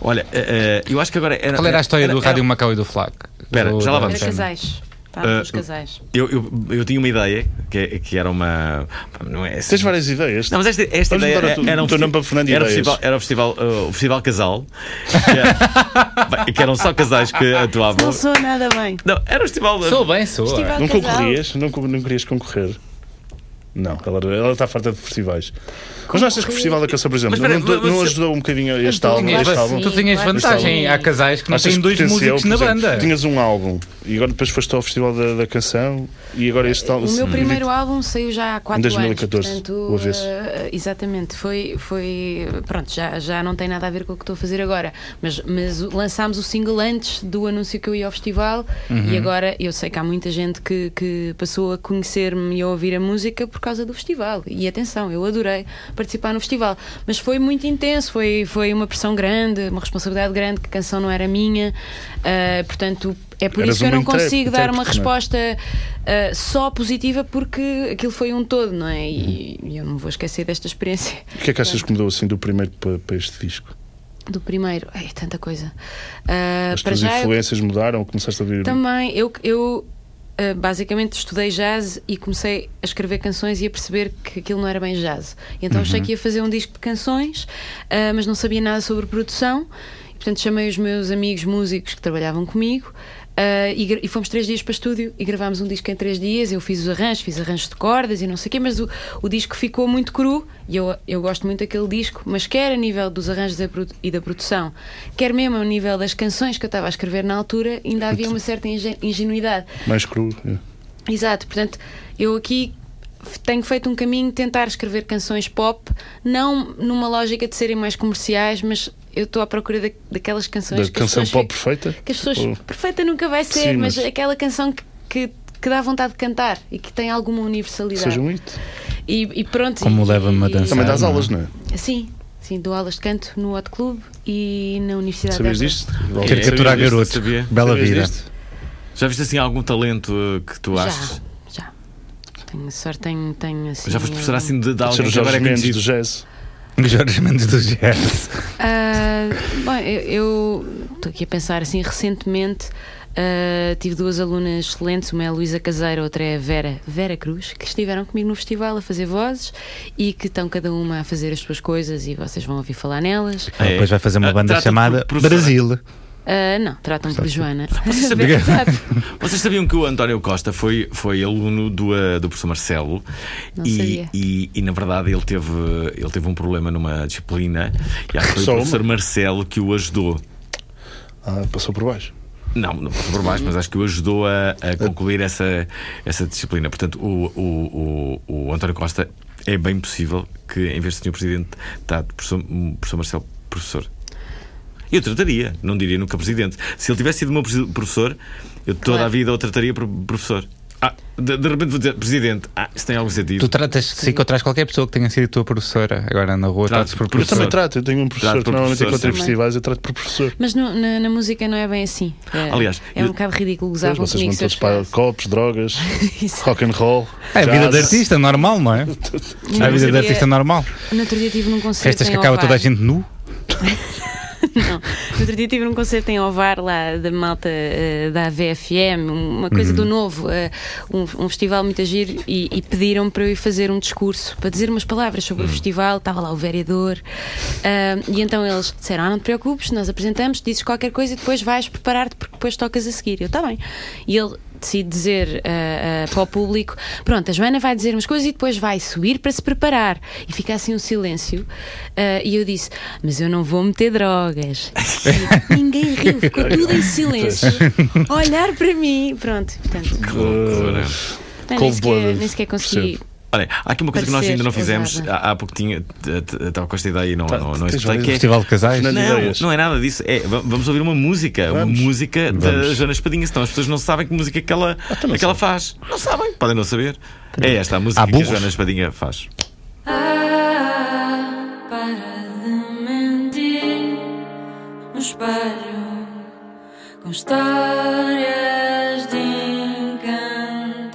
A: Olha, eh, eh, eu acho que agora era.
B: Qual era a história do
A: era-
B: Rádio Macau e do Flaco?
A: Espera,
B: Do-
A: já lá
B: da
A: vamos.
D: Era
B: Xana.
D: casais. Tá,
A: Ah,
D: os casais.
A: Eu, eu, eu tinha uma ideia que, é, que era uma. pá, Não é assim-
C: Tens várias ideias.
A: Não, mas esta, esta
C: Vamos
A: ideia
C: mudar o
A: era,
C: teu-
A: era um
C: teu nome para Fernando
A: era o
C: Ideias.
A: festival, era o festival, uh, o festival casal, que, era- Bem, que eram só casais que atuavam.
D: Não sou nada bem.
A: Não, era o festival. uh,
B: Sou bem, sou.
D: Estive
B: é.
D: a-
C: Não
D: Casal.
C: concorrias? Não, co- não querias concorrer? Não, ela, ela está farta de festivais. Mas não achas que o Festival da Canção, por exemplo,
A: Mas espera,
C: não, não- não
A: mas-
C: ajudou um bocadinho a este
D: Ajudou,
C: álbum?
D: claro
C: este
D: que
C: álbum?
B: Tu
D: Sim,
B: tinhas
D: claro.
B: vantagem.
D: Sim.
B: Há casais que não
C: Achas
B: têm
C: que
B: dois
C: potencial,
B: músicos
C: por
B: na
C: exemplo,
B: banda.
C: Tinhas um álbum e agora depois foste ao Festival da, da Canção e agora este álbum.
D: O meu primeiro álbum saiu já há 4
C: Em 2014,
D: anos.
C: o avesso.
D: eh, exatamente, foi, foi pronto, já, já não tem nada a ver com o que estou a fazer agora. Mas, mas o- lançámos o single antes do anúncio que eu ia ao festival
C: Uhum.
D: e agora eu sei que há muita gente que, que passou a conhecer-me e a ouvir a música por causa do festival. E atenção, eu adorei participar no festival. Mas foi muito intenso, foi, foi uma pressão grande, uma responsabilidade grande, que a canção não era minha, eh, portanto. É por
C: Eras
D: isso que eu
C: uma
D: não
C: intérprete,
D: consigo dar uma
C: intérprete, não é?
D: resposta resposta uh, só positiva porque aquilo foi um todo, não é? E, e eu não vou esquecer desta experiência
C: O que é que achas que mudou assim do primeiro para, para este disco?
D: do primeiro. Ai, tanta coisa. Uh,
C: As
D: para
C: tuas
D: já, eu-
C: influências mudaram? Começaste a ouvir.
D: também, eu, eu uh, basicamente estudei jazz e comecei a escrever canções e a perceber que aquilo não era bem jazz. E Então
C: Uhum.
D: achei que ia fazer um disco de canções, uh, mas não sabia nada sobre produção. E, portanto, chamei os meus amigos músicos que trabalhavam comigo. uh, e, gra- e fomos três dias para estúdio e gravámos um disco em três dias. Eu fiz os arranjos, fiz arranjos de cordas e não sei o quê, mas o, o disco ficou muito cru. E eu, eu gosto muito daquele disco, mas quer a nível dos arranjos da produ- e da produção, quer mesmo a nível das canções que eu estava a escrever na altura, ainda havia uma certa inge- ingenuidade.
C: Mais cru.
D: então
C: é.
D: Exato, portanto, eu aqui f- tenho feito um caminho de tentar escrever canções pop, não numa lógica de serem mais comerciais, mas eu estou à procura da- daquelas canções
C: Da
D: que as
C: canção
D: pessoas
C: pop perfeita?
D: que as pessoas.
C: Ou-
D: Perfeita nunca vai ser,
C: Tipo, Sim,
D: mas...
C: mas-
D: aquela canção que, que, que dá vontade de cantar e que tem alguma
C: que
D: universalidade.
C: Seja um hit.
D: E, e pronto.
B: Como
D: e-
B: leva-me a
D: e-
B: dançar.
C: Também dás
B: Não.
C: aulas, não é?
D: Sim, sim, dou aulas de canto no Hot Club e na Universidade
C: Sabias
D: de Évora.
C: disto?
B: Caricaturar
A: Sabia disto,
B: garotos.
A: sabia.
B: Bela
C: Sabias
B: vida.
C: disto?
A: Já viste assim algum talento uh, que tu achas?
D: Já, já. Tenho sorte, tenho, tenho assim.
A: Já foste professor
D: algum-
A: assim de, de
C: Pode Ser
A: alguém
C: os
A: que agora
C: Jorge
A: é
C: Mendes do
A: conhecido?
C: jazz.
B: Jorge Mendes do Jazz.
D: Ah, bom, eu estou aqui a pensar assim, recentemente ah, tive duas alunas excelentes, uma é a Luísa Caseira, outra é a Vera, Vera Cruz, que estiveram comigo no festival a fazer vozes e que estão cada uma a fazer as suas coisas e vocês vão ouvir falar nelas.
A: É.
B: Ela Depois vai fazer
A: Ah,
B: uma banda
A: trata-te por
B: chamada
A: professora.
B: Brasil.
D: Ah, não, tratam-me por Joana.
A: sabiam-
D: Exato.
A: Vocês sabiam que o António Costa foi, foi aluno do, uh, do professor Marcelo
D: Não
A: e,
D: sabia.
A: e, e, na verdade ele teve, ele teve um problema numa disciplina e acho que foi
C: Só
A: o
C: uma?
A: professor Marcelo que o ajudou.
C: Ah, passou por baixo.
A: Não, não passou por baixo, mas acho que o ajudou a, a concluir essa, essa disciplina. Portanto, o, o, o, o António Costa é bem possível que, em vez de senhor presidente, está de professor, um professor Marcelo professor. Eu trataria, não diria nunca presidente. Se ele tivesse sido meu presi- professor, eu toda
H: Claro.
A: a vida o trataria por professor. Ah, de, de repente vou dizer presidente. Ah, isso tem algum sentido.
B: Tu tratas, se encontrares qualquer pessoa que tenha sido tua professora agora na rua,
A: Trato
B: tratas por
A: por
C: Eu também
B: professor.
A: professor.
C: trato, eu tenho um professor
A: Trato
C: que
A: por
C: normalmente
A: professor,
C: encontro em
A: sim.
C: festivais, eu trato por professor.
H: Mas no- na, na música não é bem assim. É,
A: Aliás,
H: é
A: eu-
H: um bocado ridículo usar
C: Pois,
H: comigo
C: vocês vão
H: se eu
C: todos para
H: chegasse.
C: copos, drogas,
H: Isso.
C: rock and roll.
B: É a vida
C: jazz.
B: de artista, normal, não é?
H: No
B: A
H: outro
B: vida de
H: dia-
B: artista normal.
H: No outro dia tive num concerto.
B: Festas
H: em
B: que acaba
H: Ovar.
B: toda a gente nu.
H: Não. No outro dia tive um concerto em Ovar, lá da malta eh, da VFM, uma coisa do novo, eh, um, um festival muito giro, e, e pediram para eu ir fazer um discurso, para dizer umas palavras sobre o festival. Estava lá o vereador, ah, e então eles disseram: Ah, não te preocupes, nós apresentamos, dizes qualquer coisa e depois vais preparar-te, porque depois tocas a seguir. Eu, está bem. E ele decide dizer ah, ah, para o público: Pronto, a Joana vai dizer umas coisas e depois vai subir para se preparar. E fica assim um silêncio. Ah, e eu disse: Mas eu não vou meter drogas. E ninguém riu, ficou tudo em silêncio. a Olhar para mim. Pronto, portanto,
C: eh,
A: Que
C: uh,
A: loucura.
H: portanto, nem, sequer,
C: cold-blooded,
H: nem sequer consegui.
A: Olha, há aqui uma coisa que nós
H: Parecer
A: ainda não fizemos.
H: ousada.
A: Há, há pouco tinha. t- t- Estava com esta ideia e não,
C: Tá,
A: não, não
C: tens
A: escutei.
C: várias
A: que é-
B: Festival de casais.
C: Fernando-
A: Não,
C: ideias.
A: não é nada disso. É, va- vamos ouvir uma música.
C: Vamos.
A: Uma música da
B: Vamos.
A: Joana Espadinha, senão as pessoas não sabem que música que ela,
C: não
A: que ela faz. Não sabem, podem não saber. É esta a música
B: Há
A: que a
B: burros?
A: Joana Espadinha faz.
D: Ah, para de mentir no espelho com histórias de encantar.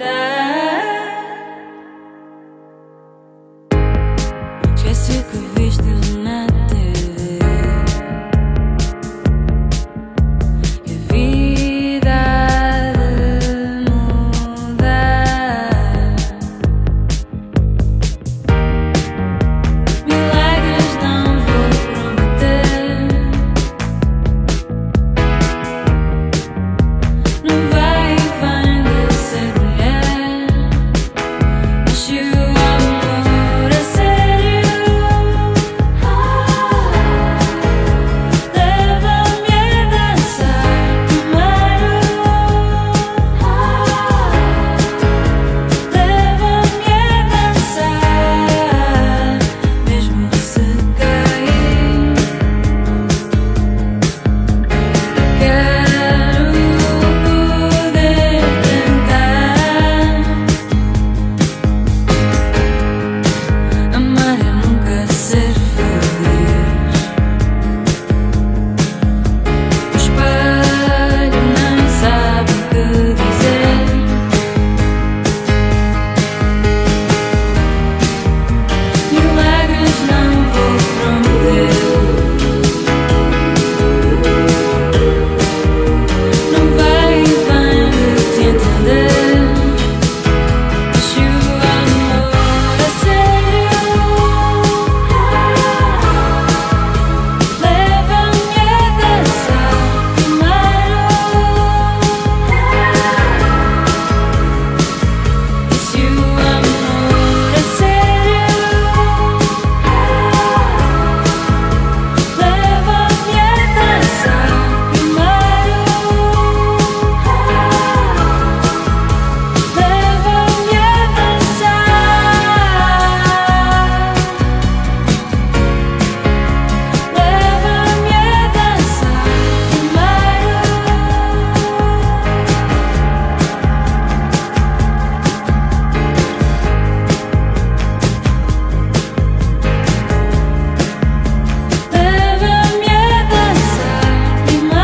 D: Esquece o que viste na TV. Que a vida há de mudar. Milagres não vou prometer. Não vai e vem de ser mulher. Deixe o amor é a sério. ah, Leva-me a dançar primeiro. Leva-me a dançar, mesmo se cair. Quero poder tentar. Amar é nunca ser feliz. O espelho nem sabe o que dizer. Milagres não vou prometer. Não vai e vem de te entender. Deixe o amor a sério. Leva-me a dançar primeiro. Deixe o amor a sério Leva-me a dançar primeiro Leva-me a dançar Leva-me a dançar primeiro Leva-me a dançar primeiro.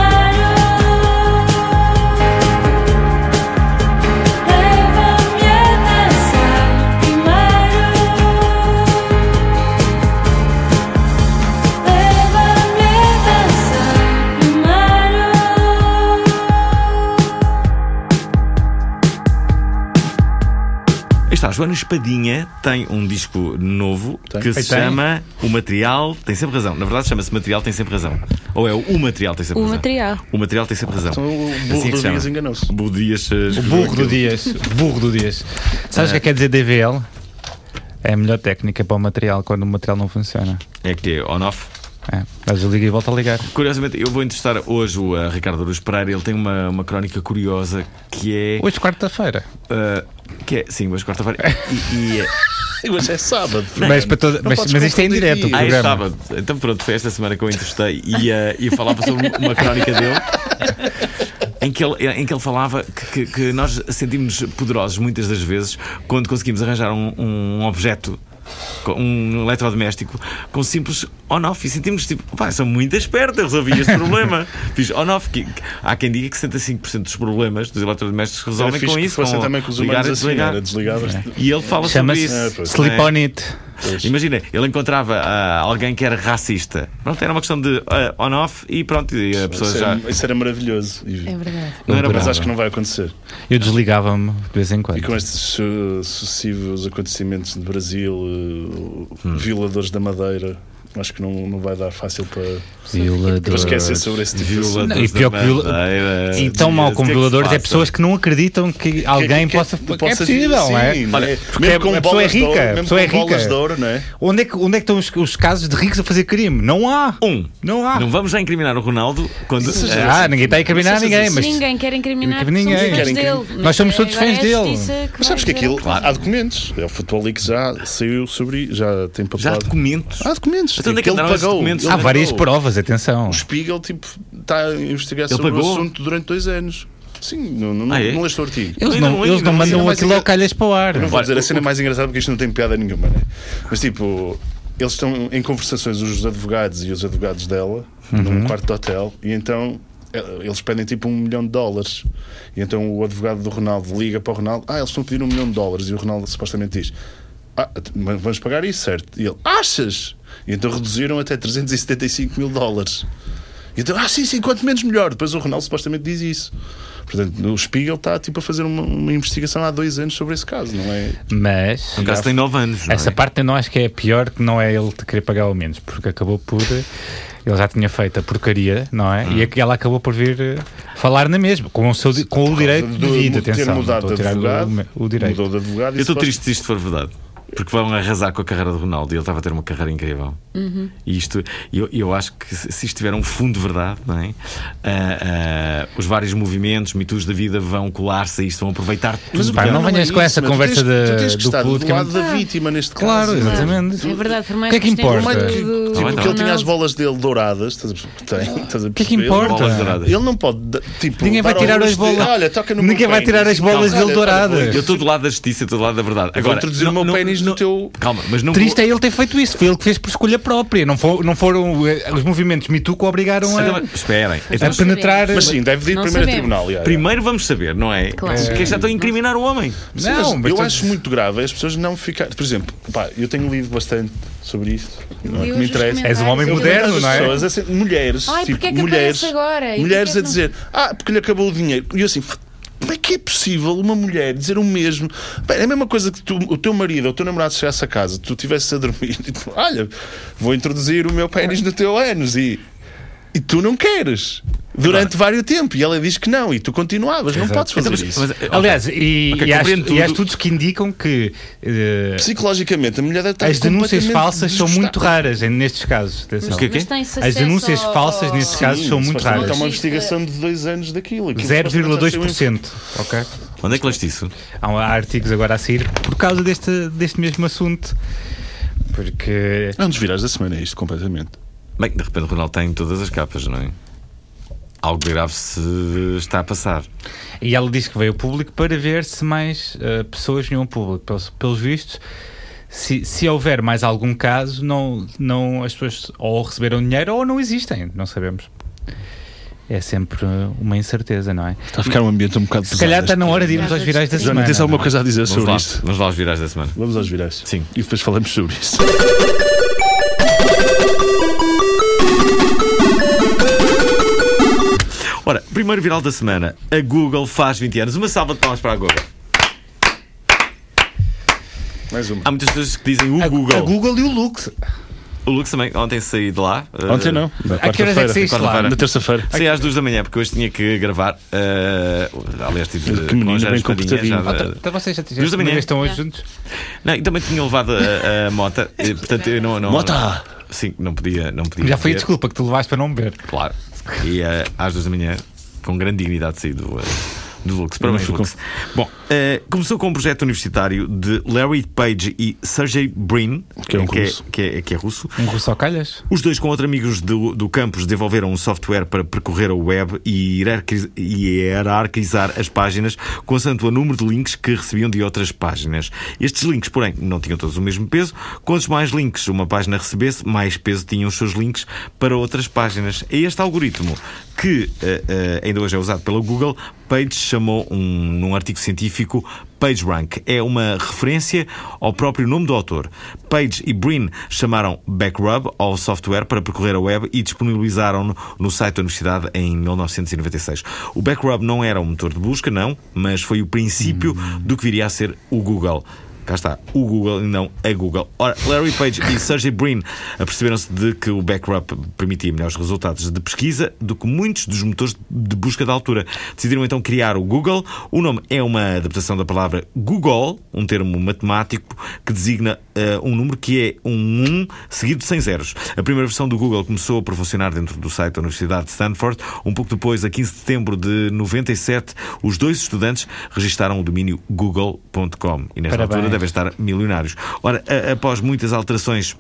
D: Leva-me a dançar primeiro. Leva-me a dançar primeiro.
A: Aí Está, a Joana Espadinha tem um disco novo que se
B: Aí tem.
A: chama O Material Tem Sempre Razão. Na verdade, chama-se Material Tem Sempre Razão. Ou é O Material Tem Sempre
H: O
A: Razão.
H: material.
A: O Material Tem Sempre Razão.
C: Então, o burro
A: Assim é que
C: do
A: se chama.
C: Dias enganou-se.
A: O Dias. eh,
B: O burro do Dias. Burro do Dias. Sabes o que é que quer dizer DVL? É a melhor técnica para o material quando o material não funciona.
A: É que é on-off.
B: É, mas liga e volta a ligar.
A: Curiosamente, eu vou entrevistar hoje o eh, Ricardo Aruz Pereira. Ele tem uma, uma crónica curiosa que é.
B: Hoje, quarta-feira.
A: eh, que é sim, hoje quarta-feira. E, e é-
C: Mas é sábado.
B: Mas, para toda-
C: Não
B: mas,
C: podes
B: mas isto é em
C: confundir
B: direto. o
C: dias.
A: Ah, é
B: programa.
A: sábado. Então pronto, foi esta semana que eu entrevistei e, eh, e falava sobre uma crónica dele. Em que, ele, em que ele falava que, que- que nós sentimos poderosos muitas das vezes quando conseguimos arranjar um, um objeto, co- um eletrodoméstico, com simples on-off. E sentimos tipo, pá, sou muito esperta, resolvi este problema. Fiz on-off. que- que- Há quem diga que 65% dos problemas dos eletrodomésticos se
C: Era
A: resolvem
C: fixe
A: com
C: que
A: isso.
C: fossem
A: Com
C: também com os
A: ligar
C: humanos
A: e
C: assim,
A: desligar.
C: era desligavas.
A: E ele fala sobre
B: Chama-se
A: isso.
C: É, pois.
B: Sleep
A: É.
B: on it.
A: Imagina, ele encontrava ah, alguém que era racista. Pronto, era uma questão de ah, on-off e pronto, e a pessoa
B: é
C: Isso
A: já.
B: um
C: era, isso era maravilhoso. E-
D: É verdade.
A: Não era
C: mas
A: brava.
C: acho que não vai acontecer.
B: Eu desligava-me de vez em quando.
C: E com estes su- sucessivos acontecimentos de Brasil, eh,
A: Hum.
C: violadores da Madeira, acho que não, não vai dar fácil para, para
B: Violadores.
C: esquecer sobre esse tipo de assunto.
A: Violadores
B: e pior
A: da
B: que viola-
A: bandeira.
B: E tão mal
A: O que é
B: como
A: que se
B: violadores é
A: passa?
B: pessoas que não acreditam que alguém possa. É possível, não é?
C: Olha,
B: porque a pessoa é rica, a
C: mesmo
B: pessoa
C: com
B: é rica.
C: bolas de ouro, não é?
B: Onde é que, onde é que estão os, os casos de ricos a fazer crime? Não há!
A: Um.
B: Não há!
A: Não vamos já incriminar o Ronaldo quando. é
B: ah, ninguém está a incriminar
C: Não sei se
B: ninguém, É, mas.
D: ninguém quer incriminar
B: Ninguém.
D: porque somos
B: Ninguém.
D: fãs
C: Querem
D: dele.
B: Nós
D: mas
B: somos todos
D: agora
B: fãs
D: é a
B: dele.
D: justiça que
C: Mas sabes que
D: vai dizer
C: aquilo.
D: ao contrário.
C: Há documentos. É, o Futebol League já saiu sobre. Já tem
A: Já há
C: papelado.
A: documentos.
B: Ah,
C: Há documentos.
A: Então, onde é que
C: Ele
A: andaram esses
C: pagou.
A: documentos?
C: Ele
B: Há várias
C: pagou.
B: provas, atenção.
C: O Spiegel tipo, está a investigar
A: Ele
C: sobre
A: pagou?
C: o assunto durante dois anos. Sim, não, não,
A: Ah, é?
C: não leste o artigo.
B: Eles
A: Ainda
B: não,
A: não-
B: eles não
A: ainda não-
B: mandam
C: ainda
B: aquilo
C: mais-
B: ao calhas para o ar.
C: Eu não vou
A: Olha,
C: dizer
A: o-
C: a cena é
A: o-
C: mais engraçada porque isto não tem piada nenhuma, né? Mas tipo, eles estão em conversações, os advogados e os advogados dela, num quarto de hotel, e então eh, eles pedem tipo um milhão de dólares. E então o advogado do Ronaldo liga para o Ronaldo: Ah, eles estão a pedir um milhão de dólares. E o Ronaldo supostamente diz: Ah, t- mas vamos pagar isso, certo? E ele: Achas? E então reduziram até 375 mil dólares. E então, ah, sim, sim, quanto menos melhor. Depois o Ronaldo supostamente diz isso. Portanto, o Spiegel está tipo a fazer uma, uma investigação há dois anos sobre esse caso, não é?
B: Mas.
A: No caso tem 9 anos. não
B: Essa
A: é?
B: parte eu não acho que é a pior, que não é ele te querer pagar o menos, porque acabou por. Ele já tinha feito a porcaria, não é?
C: Hum.
B: E aquela acabou por vir eh, falar na mesma, com o, seu, di- com o direito
C: Do-
B: devido,
C: do- ter
B: atenção. não
C: mudado
B: estou a
C: de
B: tirar o-
C: advogado,
B: o, direito.
C: Mudou de advogado e
A: Eu estou
C: suposto-
A: triste se isto for verdade. Porque vão arrasar com a carreira do Ronaldo e ele estava a ter uma carreira incrível. E isto, eu, eu acho que se se isto tiver um fundo de verdade, não é? Ah, ah, os vários movimentos, mitos da vida vão colar-se a isto, vão aproveitar tudo.
C: Mas o
A: que
B: Pá,
A: há.
C: problema
B: não
C: é
B: venhas com
C: isso,
B: essa
C: mas tu
B: conversa
C: tens-
B: da-
C: tu tens que
B: do
C: estar do
B: público,
C: lado
D: mas-
C: da vítima neste caso.
B: Claro,
C: não é?
B: exatamente.
D: É verdade, por mais
B: O que é que
D: esteja
B: importa?
D: do
C: Mas
D: lado
C: que,
D: do
C: tipo,
A: Não,
C: que ele
D: Ronaldo.
C: tinha as bolas dele douradas, estás a, tem, estás a
B: que é que
C: perceber?
B: importa?
A: Bolas douradas.
C: Ele não pode, da- tipo,
B: Ninguém vai
C: dar ao
B: tirar as
C: rosto dele,
B: bolas.
C: Olha, toca no meu
B: Ninguém vai
C: pênis."
B: tirar as bolas
C: Calma,
B: dele
C: olha, olha, vou-
B: douradas.
A: Eu estou do lado da justiça, estou do lado da verdade.
C: Vou
A: Agora,
C: introduzir o meu pênis no teu.
A: Calma, mas não.
B: Triste é ele ter feito isso, foi ele que fez por escolha própria. Não, fo- não foram eh, os movimentos Me Too que o
C: é
B: obrigaram
C: um
A: Então,
B: a,
A: mas- Esperem. Então,
B: a penetrar.
C: Mas sim, deve ir
D: Não
C: primeiro a
D: sabemos.
C: tribunal. já, já.
A: primeiro vamos saber, não é?
D: Claro.
A: Porque já estão a incriminar o homem.
C: Sim, mas
B: não, mas
C: eu
B: tu-
C: acho muito grave as pessoas não ficarem. Por exemplo, pá, eu tenho lido bastante sobre isto, não é
D: Li
C: que me
D: hoje os
C: interessa.
B: És um homem
D: comentários.
B: moderno,
C: As
B: não é?
C: pessoas, assim, mulheres,
D: Ai, porque
C: tipo,
D: é que
C: mulheres,
D: aparece agora? E porque é
C: mulheres
D: que
C: a
D: não-
C: dizer, ah, porque lhe acabou o dinheiro. E eu assim, "F- como é que é possível uma mulher dizer o mesmo? Bem, é a mesma coisa que tu, o teu marido ou o teu namorado chegasse a casa, tu estivesse a dormir e tu, olha, vou introduzir o meu pênis no teu ânus e, e tu não queres. Durante vários tempo. E ela diz que não. E tu continuavas. Não podes fazer
A: Então, mas-
C: isso.
A: mas-
B: eh, Aliás, e,
A: Ok,
B: e há,
A: compreendo
B: estu- e há
A: tudo.
B: estudos que indicam que eh,
C: Psicologicamente, a mulher deve estar
B: as denúncias
C: completamente
B: falsas são
C: desgostada.
B: muito raras em- nestes casos. atenção.
A: Mas o que é que
D: Mas tem-se
B: As
D: acesso
B: denúncias
D: ao-
B: falsas nesses
D: Sim,
B: casos são muito
C: supostamente
B: raras.
C: Há Então, uma investigação de dois anos daquilo. aquilo supostamente já saiu em-
B: 0,2%. Ok.
A: Onde é que leste isso?
B: Há, há artigos agora a sair por causa deste, deste mesmo assunto. Porque.
C: É um dos virais da semana, é isto, completamente.
A: Bem, de repente o Ronaldo tem todas as capas, não é? Algo de grave se está a passar.
B: E ela disse que veio ao público para ver se mais eh, pessoas vinham ao público. Pelos, pelos vistos, se, se houver mais algum caso, não, não, as pessoas ou receberam dinheiro ou não existem. Não sabemos. É sempre eh, uma incerteza, não é?
C: Está a ficar um ambiente um bocado
B: Se calhar está na hora de irmos aos virais da semana.
C: Joana, tens alguma
B: não é?
C: coisa a dizer
A: Vamos
C: sobre
A: lá,
C: isto?
A: vamos lá aos virais da semana.
C: Vamos aos virais.
A: Sim.
C: E depois falamos sobre isto.
A: Ora, primeiro viral da semana. A Google faz 20 anos. Uma salva de palmas para a Google.
C: Mais uma.
A: Há muitas pessoas que dizem o
B: A
A: Google.
B: Google e o Lux.
A: O Lucas também ontem saí de lá. eh,
C: Ontem não. Na
B: A que horas é que
C: quarta-feira.
B: saíste lá?
A: Quarta-feira.
C: Na terça-feira.
A: Saí às duas da manhã, porque hoje tinha que gravar. eh, aliás, tive de
C: Que menino
A: arranjar
C: bem
A: as palhinhas, já
C: comportadinho.
A: de-
B: Então vocês já
A: Duas da
B: uma
A: manhã.
B: vez estão hoje juntos?
A: Não, e também tinha levado a, a mota. eh, Portanto, eu não. não
C: Mota!
A: Sim, não podia. Não podia
B: Já foi
A: beber,
B: a desculpa que tu levaste para não beber.
A: Claro. E eh, às duas da manhã, com grande dignidade, saí do. eh, do Lux, parabéns,
C: Não
A: Lux. Bom, eh, começou com um projeto universitário de Larry Page e Sergey Brin,
C: Que é um russo.
A: que é- que é russo,
B: Um russo ao calhas?
A: os dois, com outros amigos do, do campus, desenvolveram um software para percorrer a web e hierarquiz- e hierarquizar as páginas consoante o número de links que recebiam de outras páginas. Estes links, porém, não tinham todos o mesmo peso. Quantos mais links uma página recebesse, mais peso tinham os seus links para outras páginas. É este algoritmo que eh, eh, ainda hoje é usado pela Google. Page chamou um, num artigo científico PageRank é uma referência ao próprio nome do autor. Page e Brin chamaram Backrub ao software para percorrer a web e disponibilizaram-no no site da universidade em 1996. O Backrub não era um motor de busca, não, mas foi o princípio do que viria a ser o Google. Cá está, o Google e não a Google. Ora, Larry Page e Sergey Brin aperceberam-se de que o Backrub permitia melhores resultados de pesquisa do que muitos dos motores de busca da altura. Decidiram então criar o Google. O nome é uma adaptação da palavra Google, um termo matemático que designa eh, um número que é um 1 seguido de 100 zeros. A primeira versão do Google começou por funcionar dentro do site da Universidade de Stanford. Um pouco depois, a 15 de setembro de 97, os dois estudantes registaram o domínio google.com. E nesta
B: Parabéns.
A: altura devem estar milionários. Ora, a- após muitas alterações.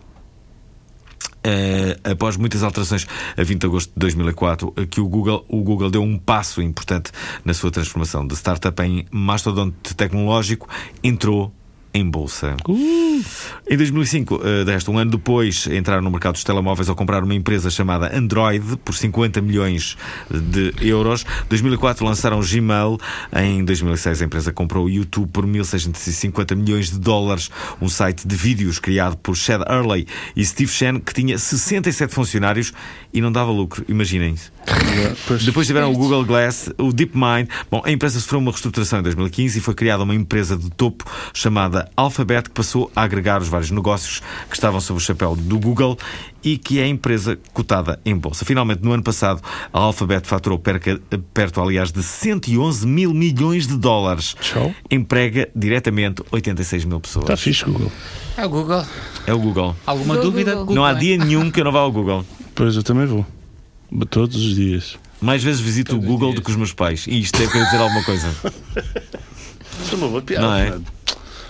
A: eh, após muitas alterações a 20 de agosto de 2004, eh, que o Google, o Google deu um passo importante na sua transformação de startup em mastodonte tecnológico, entrou em bolsa. Em 2005, eh, desta, um ano depois, entraram no mercado dos telemóveis ao comprar uma empresa chamada Android por 50 milhões de euros. Em 2004 lançaram o Gmail. Em 2006 a empresa comprou o YouTube por 1.650 milhões de dólares, um site de vídeos criado por Chad Hurley e Steve Chen que tinha 67 funcionários e não dava lucro. Imaginem-se. Depois tiveram o Google Glass, o DeepMind. Bom, a empresa sofreu uma reestruturação em 2015 e foi criada uma empresa de topo chamada Alphabet, que passou a agregar os vários negócios que estavam sob o chapéu do Google e que é a empresa cotada em bolsa. Finalmente, no ano passado, a Alphabet faturou perca- perto, aliás, de 111 mil milhões de dólares.
C: Tchau.
A: Emprega diretamente 86 mil pessoas.
C: Está Tá fixe, Google.
B: É o Google.
A: É o Google.
B: Alguma
D: Google,
B: dúvida?
D: Google.
A: Não há dia nenhum que eu não vá ao Google.
C: Pois eu também vou. Todos os dias.
A: Mais vezes visito o Google do que os meus pais. E isto é para dizer alguma coisa.
C: Foi uma boa piada.
A: Não é?
C: Fernando.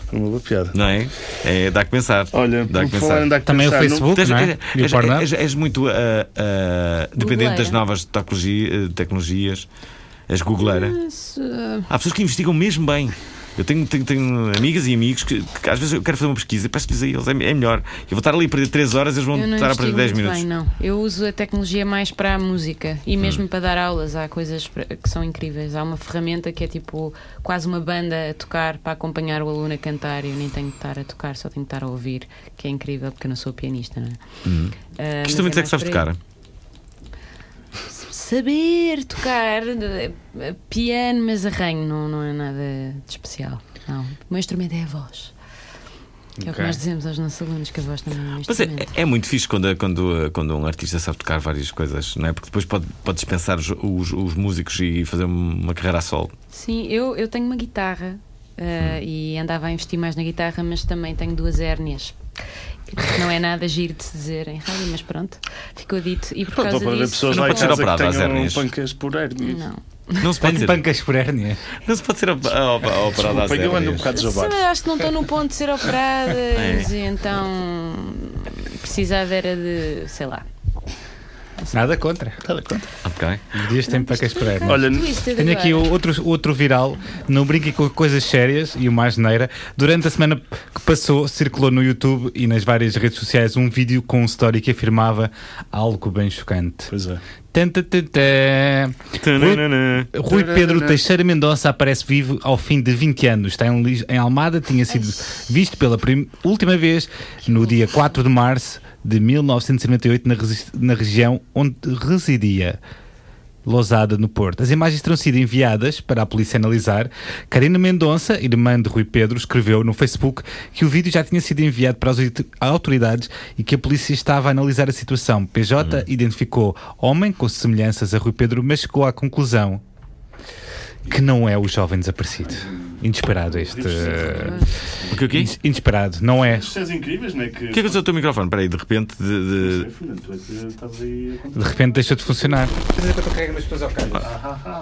C: Foi uma boa piada.
A: Não é? É, dá que pensar.
C: Olha,
A: dá que
C: por falar
A: pensar.
C: em dar que
B: Também o
C: pensar, não-
B: Facebook,
A: Tens-
B: não é?
A: és-
B: E o
A: és,
B: Pornhub?
A: és- és muito ah, ah, dependente
D: Googleira.
A: das novas tecnologi- eh, tecnologias. És googleira.
D: Mas, eh,
A: Há pessoas que investigam mesmo bem. Eu tenho, tenho- tenho amigas e amigos que, que às vezes eu quero fazer uma pesquisa e peço-lhes a eles. É, é melhor. Eu vou estar ali a perder 3 horas, eles vão
D: eu não
A: estar a perder
D: investigo
A: 10
D: muito
A: minutos.
D: Bem, não. Eu uso a tecnologia mais para a música e mesmo para dar aulas há coisas pra- que são incríveis. Há uma ferramenta que é tipo quase uma banda a tocar para acompanhar o aluno a cantar e eu nem tenho que estar a tocar, só tenho que estar a ouvir, que é incrível porque eu não sou pianista, não é? Ah,
A: que
D: mas
A: instrumentos é que
D: mais
A: sabes
D: por aí.
A: tocar?
D: Saber tocar eh, piano, mas arranho não, não é nada de especial. Não. O meu instrumento é a voz. Que é o que
B: Ok.
D: nós dizemos aos nossos alunos que a voz também é um
A: Mas é,
D: instrumento.
A: é muito fixe quando, quando, quando um artista sabe tocar várias coisas, não é? Porque depois pode, pode dispensar os, os- os músicos e fazer uma carreira a solo.
D: Sim, eu, eu tenho uma guitarra
C: Hum.
D: eh, e andava a investir mais na guitarra, mas também tenho duas hérnias. Que Não é nada giro de se dizer em rádio, mas pronto, ficou dito. E por
C: Pronto,
D: causa
C: para haver
D: disso.
C: pessoas
A: Não
C: lá em
A: pode ser
C: casa que
A: operado às
C: tenham
A: hérnias.
C: pancas por hérnias.
D: Não.
A: Não se pode
B: Tenho
A: ser.
B: pancas por hérnia.
A: Não se pode ser op- a- op- a- operado às
C: Desculpa, eu ando um
A: hérnias.
C: bocado
D: Sim,
C: jabado.
D: mas acho que não estou no ponto de ser
C: É.
D: operadas e então precisava era de, sei lá.
B: Nada contra.
A: Ok.
B: Os dias têm pancas por hérnia.
C: Olha,
B: Tenho aqui outro, outro viral. Não brinquem com coisas sérias e o mais neira. Durante a semana que passou, circulou no YouTube e nas várias redes sociais um vídeo com um story que afirmava algo bem chocante.
C: Pois é.
B: Tan, tan, tan, tan.
A: Tananana.
B: Rui Pedro Teixeira Mendonça aparece vivo ao fim de 20 anos. Está em, Lis- em Almada, tinha sido visto pela prim- última vez no dia 4 de março de 1998 na, resi- na região onde residia. Lousada, no Porto. As imagens terão sido enviadas para a polícia analisar. Karina Mendonça, irmã de Rui Pedro, escreveu no Facebook que o vídeo já tinha sido enviado para as autori- autoridades e que a polícia estava a analisar a situação. PJ identificou homem com semelhanças a Rui Pedro, mas chegou à conclusão que não é o jovem desaparecido. Inesperado este.
A: O que o quê?
B: Ines- Inesperado, não é?
C: Isto é incríveis, não é? Que...
A: O que é que aconteceu ao teu microfone? Espera aí, de repente. De, de-
C: Fernando, tu é que estás aí...
B: De repente deixa de funcionar.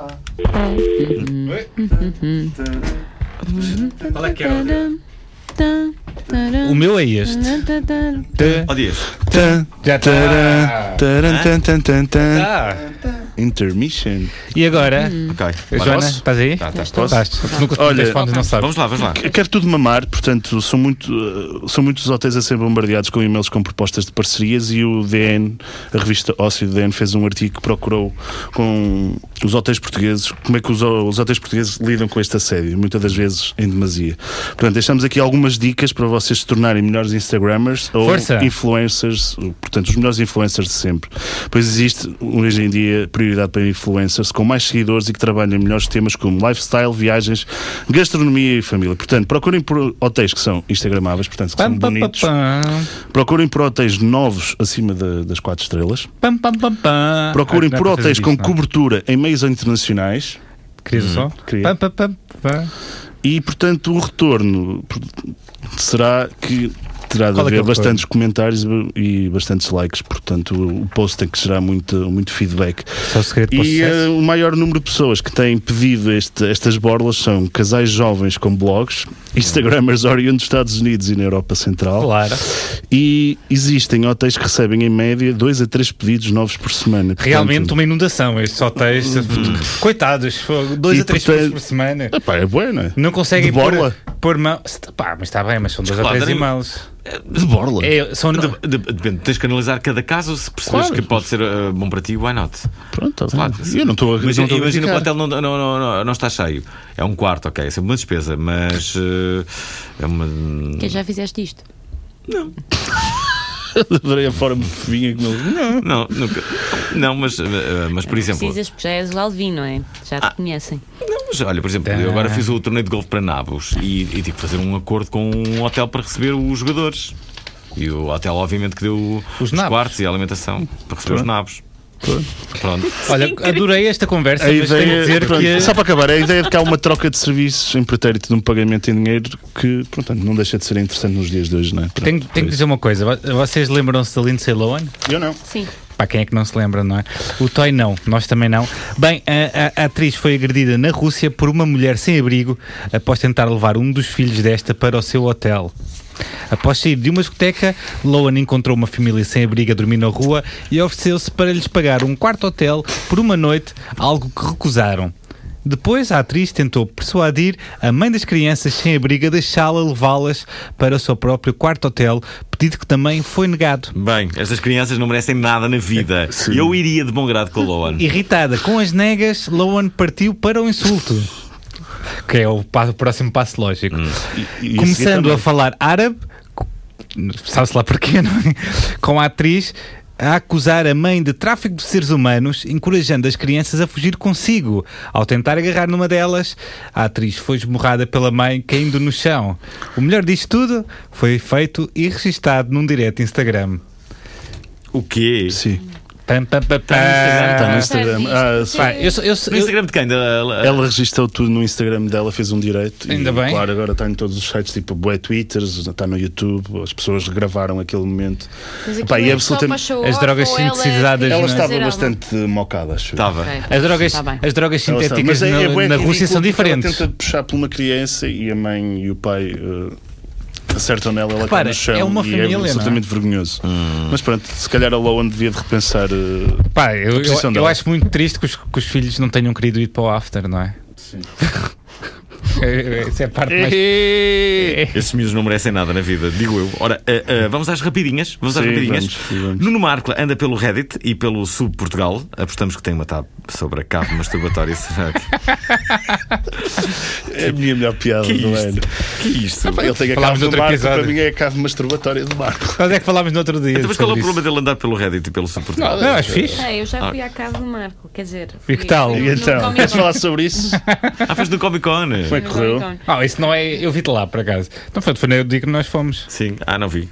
B: Ah. Qual é que era? O meu é este.
D: Hum.
B: Tã,
A: Ó Dias,
C: Tan,
B: Já
C: taran,
B: está.
C: taran, tan, tan, tan, tan.
B: Ah.
C: Intermission.
B: E agora?
C: Hum.
A: ok.
B: Joana,
C: posso?
B: estás aí?
A: Tá, tá, tá.
B: Estás. Tu nunca
C: Olha,
B: tens fones, não sabes.
A: Vamos lá, vamos lá.
C: Eu quero tudo mamar, portanto, são, muito, eh, são muitos hotéis a ser bombardeados com e-mails com propostas de parcerias e o DN, a revista Ócio do DN, fez um artigo que procurou com os hotéis portugueses como é que os, os hotéis portugueses lidam com este assédio, muitas das vezes em demasia. Portanto, deixamos aqui algumas dicas para vocês se tornarem melhores Instagrammers ou
B: Força!
C: influencers, portanto, os melhores influencers de sempre. Pois existe hoje em dia prioridade para influencers com mais seguidores e que trabalham em melhores temas como lifestyle, viagens, gastronomia e família. Portanto, procurem por hotéis que são Instagramáveis, portanto, que são
B: Pam, pam, pam,
C: bonitos.
B: pam.
C: Procurem por hotéis novos acima da- das quatro estrelas.
B: Pam, pam, pam, pam.
C: Procurem
B: Ah, não é
C: por
B: para fazer
C: hotéis
B: isso,
C: com
B: não.
C: cobertura em meios internacionais.
B: Querias o som?
C: Hum, queria.
B: Pam, pam, pam, pam.
C: E, portanto, o retorno por- será que terá de
B: Qual é que é
C: haver
B: o retorno?
C: bastantes comentários e bastantes likes. Portanto, o post tem que gerar muito, muito feedback.
B: Só o é segredo para o
C: E eh,
B: sucesso.
C: o maior número de pessoas que têm pedido este- estas borlas são casais jovens com blogs, Instagrammers oriundos dos Estados Unidos e na Europa Central.
B: Claro.
C: E existem hotéis que recebem, em média, dois a três pedidos novos por semana. Portanto,
B: Realmente uma inundação. Estes hotéis. Coitados, fogo, dois
C: E,
B: a três
C: portanto-
B: vezes por semana.
C: Epá, é boa, não é?
B: Não conseguem
C: De
B: pôr,
C: borla?
B: pôr mão. Pá, mas está bem, mas são dois a
A: Claro,
B: três
A: daria-
B: e-mails.
C: De borla.
B: É, são no-
A: De- de- Depende, tens que analisar cada caso se percebes
C: Claro.
A: que pode ser eh, bom para ti, why not?
C: Pronto, tá bem.
A: Claro,
C: eu não estou a
A: Mas
C: não estou a
A: Imagina o
C: criticar.
A: hotel não, não, não, não, não está cheio. É um quarto, ok, é sempre uma despesa, mas eh, é uma.
C: Hum.
D: Que já fizeste isto?
C: Adorei a forma fofinha como ele. Não.
A: Não, nunca. Não, mas, eh, eh, mas por exemplo.
D: Precisas, porque já és o Alvin, não é? Já
B: Ah.
D: te conhecem.
A: Não, mas olha, por exemplo, eu agora
C: Tá.
A: fiz o torneio de golfe para Nabos e, e tive que fazer um acordo com um hotel para receber os jogadores. E o hotel, obviamente, que deu
B: Os
A: os,
B: nabos.
A: quartos e a alimentação para receber os nabos. Pronto.
B: Olha, adorei esta conversa,
C: A
B: mas tenho que
C: ideia, é
B: dizer
C: pronto,
B: que.
C: Só para acabar, a ideia de que há uma troca de serviços em pretérito de um pagamento em dinheiro que, portanto, não deixa de ser interessante nos dias de hoje, não é? Pronto,
B: Tenho, tenho que dizer uma coisa, Vo- vocês lembram-se da Lindsay Lohan?
C: Eu não.
D: Sim.
B: Para quem é que não se lembra, não é? O Toy não, nós também não. Bem, a, a- a atriz foi agredida na Rússia por uma mulher sem abrigo após tentar levar um dos filhos desta para o seu hotel. Após sair de uma discoteca, Lohan encontrou uma família sem abrigo a dormir na rua e ofereceu-se para lhes pagar um quarto hotel por uma noite, algo que recusaram. Depois, a atriz tentou persuadir a mãe das crianças sem abrigo a deixá-la levá-las para o seu próprio quarto hotel, pedido que também foi negado.
A: Bem, estas crianças não merecem nada na vida. Eu iria de bom grado com a Loan.
B: Irritada com as negas, Lohan partiu para o insulto. Que é o, pa- o próximo passo lógico.
C: E- e esse
B: Começando
C: também.
B: a falar árabe, co- sabe-se lá porquê, não é? com a atriz a acusar a mãe de tráfico de seres humanos, encorajando as crianças a fugir consigo. Ao tentar agarrar numa delas, a atriz foi esmurrada pela mãe, caindo no chão. O melhor disto tudo foi feito e registado num direto Instagram.
A: O quê?
C: Sim.
B: Pam, pam, pam, pam.
C: Está no Instagram. Ah, sim.
B: Ah. Pá, eu sou- eu sou-
A: No
B: eu-
A: Instagram de quem? Da- da-
C: Ela registrou tudo no Instagram dela, fez um direito.
B: Ainda
C: e,
B: bem.
C: Claro, agora está em todos os sites, tipo Bué Twitters, está no YouTube, as pessoas regravaram aquele momento. Epá,
D: é
C: e é absolutamente.
B: é As drogas sintetizadas,
C: Ela
B: Ela
C: estava bastante mocada, acho eu.
A: Estava.
B: As drogas,
D: Tá bem.
B: as drogas
C: Ela estava-
B: sintéticas
C: mas é-
B: na,
C: é bué
B: na
C: ridículo
B: Rússia são
C: porque
B: diferentes.
C: Ela tenta puxar por uma criança e a mãe e o pai. eh, Acertam nela, ela
B: Repara,
C: cai no chão
B: é uma
C: e
B: família, não
C: é
B: é?
C: absolutamente vergonhoso.
B: Hum.
C: Mas pronto, se calhar a Lohan devia de repensar. eh,
B: Pá, eu, eu-
C: posição
B: eu
C: dela.
B: acho muito triste que os, que os filhos não tenham querido ir para o after, não é? Sim. Essa é a parte mais.
A: Esses miúdos não merecem nada na vida, digo eu. Ora, ah, ah, vamos às rapidinhas. Vamos às
C: Sim,
A: rapidinhas.
C: vamos, sim, vamos.
A: Nuno Marco anda pelo Reddit e pelo Sub Portugal. Apostamos que tem uma tab sobre a cabo masturbatória. Será que-
C: É a minha melhor piada
A: Que é
C: do
A: isto?
C: ano.
A: que é isto?
C: Pá, Ele tem a
B: Falámos
C: cave do
B: noutro
C: Marco,
B: episódio.
C: para mim é a cave masturbatória do Marco.
B: Mas é que falámos no outro dia.
A: Então, mas qual é o
B: sobre
A: problema
B: isso.
A: dele andar pelo Reddit e pelo suportado?
B: Não, acho fixe.
D: Ah, eu já fui à casa do Marco, quer dizer. fui-
B: que tal?
D: fui
C: E
D: no
C: então,
D: Comic
C: queres
D: Con.
C: falar sobre isso?
A: Ah, fez no Comic Con.
C: Como é que
D: No
C: correu?
D: Comic Con.
B: Ah, isso não é. Eu vi-te lá, por acaso. Não foi, foi no dia que nós fomos.
A: Sim, ah, não vi.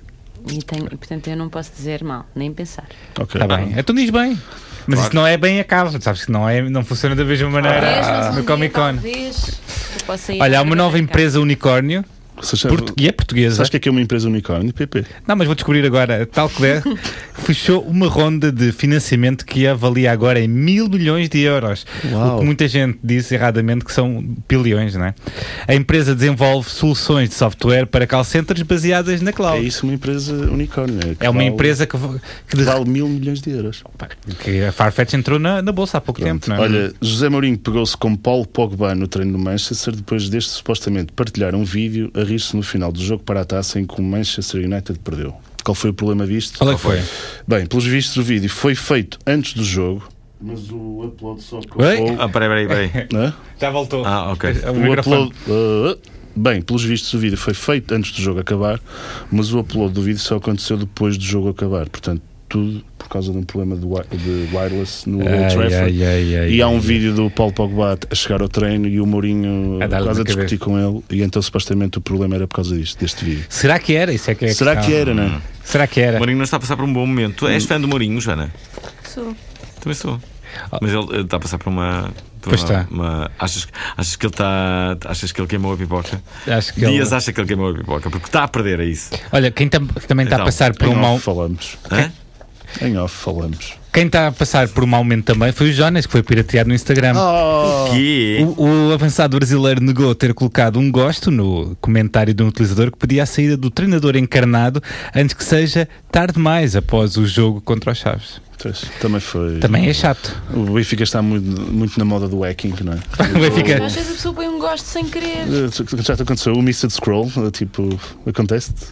D: E tenho- e, portanto, eu não posso dizer mal, nem pensar.
C: Ok.
B: Está bem. Então diz bem. Mas isso não é bem a cava, sabes que não, é, não funciona da mesma maneira
D: Talvez, mas um
B: no
D: dia,
B: Comic Con.
D: talvez, eu possa ir
B: Olha, há
D: à
B: uma nova
D: Comic Con.
B: empresa unicórnio
C: Vocês sabem-
B: portu- e é portuguesa.
C: Sabes que é que é uma empresa unicórnio? É PP.
B: Não, mas vou descobrir agora, tal que der, fechou uma ronda de financiamento que avalia agora em mil milhões de euros.
C: Uau.
B: O que muita gente disse erradamente que são bilhões, não é? A empresa desenvolve soluções de software para call centers baseadas na
C: É
B: cloud.
C: isso uma empresa unicórnio. né? que
B: É, uma
C: vale-
B: empresa que, vo- que, de-
C: Vale mil milhões de euros.
B: que a Farfetch entrou na, na bolsa há pouco tempo, não é?
C: Olha, José Mourinho pegou-se com Paulo Pogba no treino do Manchester depois deste supostamente partilhar um vídeo a rir-se no final do jogo para a taça em que o Manchester United perdeu. Qual foi o problema disto?
B: Qual é que foi?
C: Bem, pelos vistos o vídeo foi feito antes do jogo, mas o upload só
B: Ei,
C: com
A: Ah, peraí, peraí, peraí.
C: Hã?
B: Já voltou. É,
A: Ah, ok.
B: O
C: O
B: microfone.
C: um upload. Uh, bem, pelos vistos o vídeo foi feito antes do jogo acabar, mas o upload do vídeo só aconteceu depois do jogo acabar. Portanto, tudo por causa de um problema de, wi- de wireless no Old Trafford. E há um vídeo do Paulo Pogba a chegar ao treino e o Mourinho
B: A dar-lhe
C: quase
B: na
C: a discutir com ele. E então, supostamente, o problema era por causa disto, deste vídeo.
B: Será que era? Isso é que é a
C: Será
B: questão.
C: que era, não é?
B: Será que era?
A: O Mourinho não está a passar por um bom momento. Tu és fã do Mourinho, Joana?
D: Sou.
A: Também sou. Mas ele eh, está a passar por uma. por
B: Ah. Pois
A: uma-
B: está.
A: uma- achas, achas que ele está. Achas que ele queimou a pipoca?
B: Acho que ele-
A: Dias acha que ele queimou a pipoca, porque está a perder a isso.
B: Olha, quem tam- que também está
A: Então,
B: a passar por
C: Em
B: um mau.
C: off falamos.
A: Hã?
C: Em off falamos.
B: Quem está a passar por um aumento também foi o Jonas, que foi pirateado no Instagram.
C: Oh.
B: Oh!
A: Que
B: O, o avançado brasileiro negou ter colocado um gosto no comentário de um utilizador que pedia a saída do treinador encarnado antes que seja tarde demais após o jogo contra os Chaves.
C: Pois, Também foi.
B: Também é chato.
C: O Benfica está muito, muito na moda do hacking, não é?
B: O Benfica-
D: Às vezes a pessoa põe um gosto sem querer.
C: Eh, Já te aconteceu o Missed Scroll, eh, tipo, acontece-te?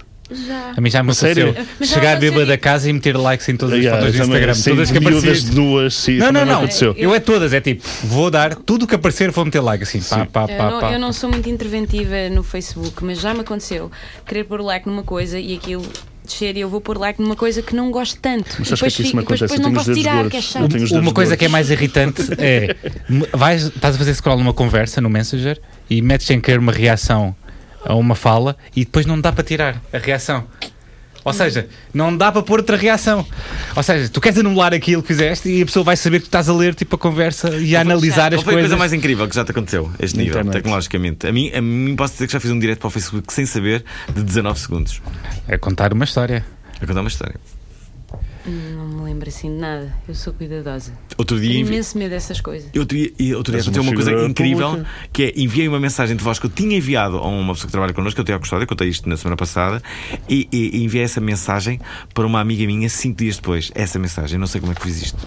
D: Já.
B: A mim já me
C: Sério?
B: aconteceu
D: Mas já
B: chegar
D: aconteceu
B: bêbado da
D: isso.
B: casa e meter likes em todas as
C: Yeah,
B: fotos do
C: também,
B: Instagram.
C: sim,
B: todas que
C: miúdas
B: apareciam.
C: nuas, sim,
B: Não,
C: também
B: não,
C: me
B: não.
C: aconteceu.
B: Eu é todas, é tipo, vou dar tudo o que aparecer, vou meter like assim. Pá, pá,
D: Eu
B: pá,
D: não,
B: pá.
D: eu não sou muito interventiva no Facebook, mas já me aconteceu querer pôr like numa coisa e aquilo descer e eu vou pôr like numa coisa que não gosto tanto.
C: Mas sabes
D: e
C: que é
D: depois,
C: que isso
D: fico-
C: me
D: e depois,
C: acontece? Eu
D: depois
C: tenho os
D: não posso
C: dedos
D: tirar, que é
C: gordos.
D: chato.
C: tenho os dedos
B: Uma coisa
C: gordos.
B: que é mais irritante é m- vais, estás a fazer scroll numa conversa no Messenger e metes sem querer uma reação a uma fala e depois não dá para tirar a reação. Ou seja, não dá para pôr outra reação. Ou seja, tu queres anular aquilo que fizeste e a pessoa vai saber que tu estás a ler tipo a conversa e a analisar as
A: Qual foi a
B: coisas.
A: coisa mais incrível que já te aconteceu a este nível,
C: Internet.
A: tecnologicamente? A mim, a mim posso dizer que já fiz um direto para o Facebook sem saber de 19 segundos.
B: É contar uma história.
A: A contar uma história.
D: Não me lembro assim de nada. Eu sou cuidadosa.
A: Outro dia.
D: Tenho
A: envi-
D: imenso medo dessas coisas.
A: Outro dia, e outro dia
C: És uma
A: aconteceu uma coisa
C: figura
A: incrível
C: pública.
A: que é enviei uma mensagem de voz que eu tinha enviado a uma pessoa que trabalha connosco, eu tenho a custódia, contei isto na semana passada, e, e- e enviei essa mensagem para uma amiga minha cinco dias depois. Essa mensagem, não sei como é que fiz isto.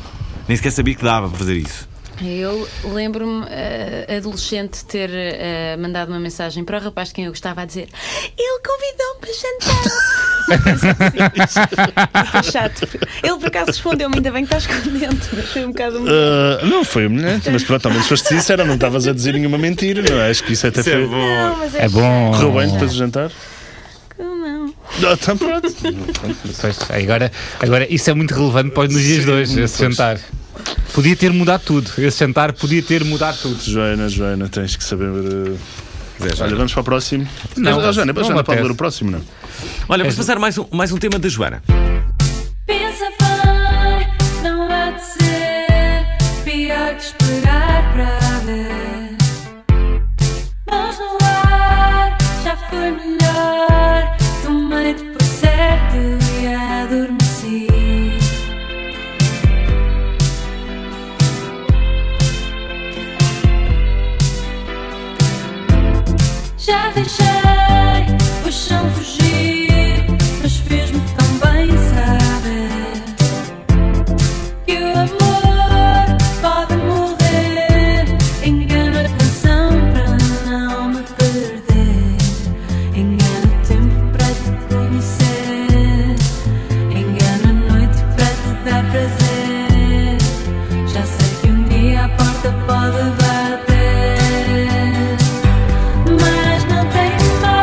A: Nem sequer sabia que dava para fazer isso.
D: Eu lembro-me, eh, adolescente, ter eh, mandado uma mensagem para o rapaz de quem eu gostava a dizer: Ele convidou-me para jantar. Foi chato. Ele por acaso respondeu-me, ainda bem que estás contente, mas foi um bocado. um-
C: Ah, não, foi humilhante, mas pronto, ao menos foste sincera, não estavas a dizer nenhuma mentira, não é? Acho que isso até foi.
D: Não, mas
B: É bom.
C: Correu bem depois do jantar?
D: chato, Não.
C: Ah, tá pronto.
B: Pois, agora, agora isso é muito relevante para os nos dias de hoje, esse jantar. Podia ter mudado tudo. Esse jantar podia ter mudado tudo.
C: Joana, Joana, tens que saber. eh, Olha, vamos para o próximo.
B: Não,
C: Ah, Joana,
B: não
C: Joana
B: me
C: pode
B: apetece.
C: ler o próximo, não?
A: Olha, vamos passar mais um, mais um tema da Joana.
I: Pensa bem, não há de ser pior que esperar para ver. Mãos no ar, já foi melhor. Tomei depois certo e adormeci. Já deixei o chão fugir, mas fez-me tão bem saber que o amor pode morrer. Engano a canção para não me perder, engano o tempo para te conhecer, engano a noite para te dar prazer. Já sei que um dia a porta pode bater. Mas não tem mais um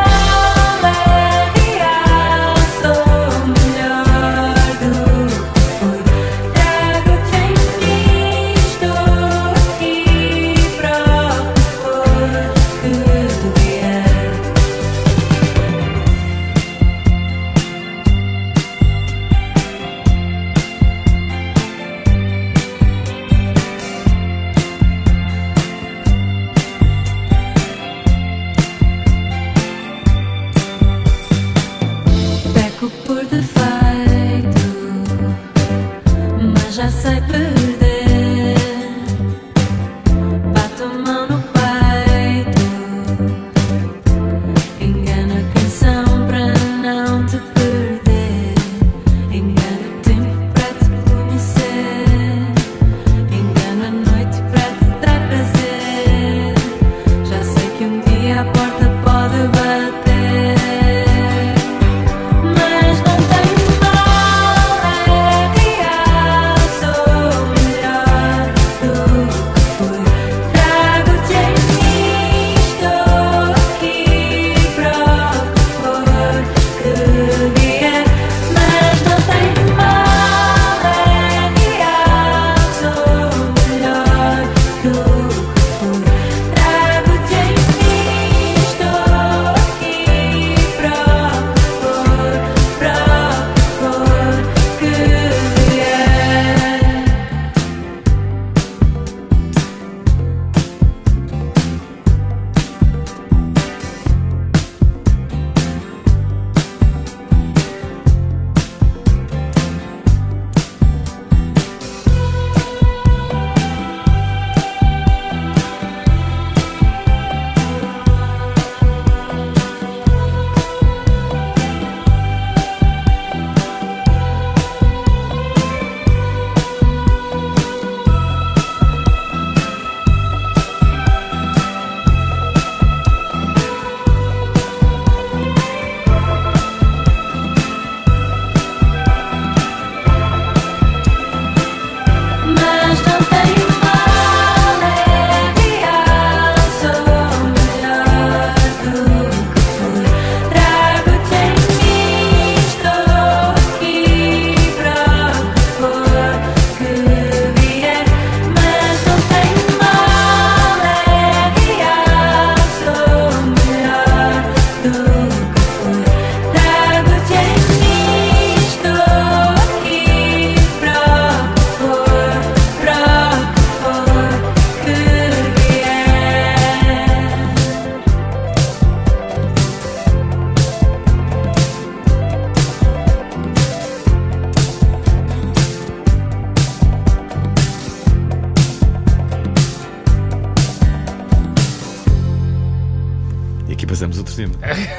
A: passamos outro tema.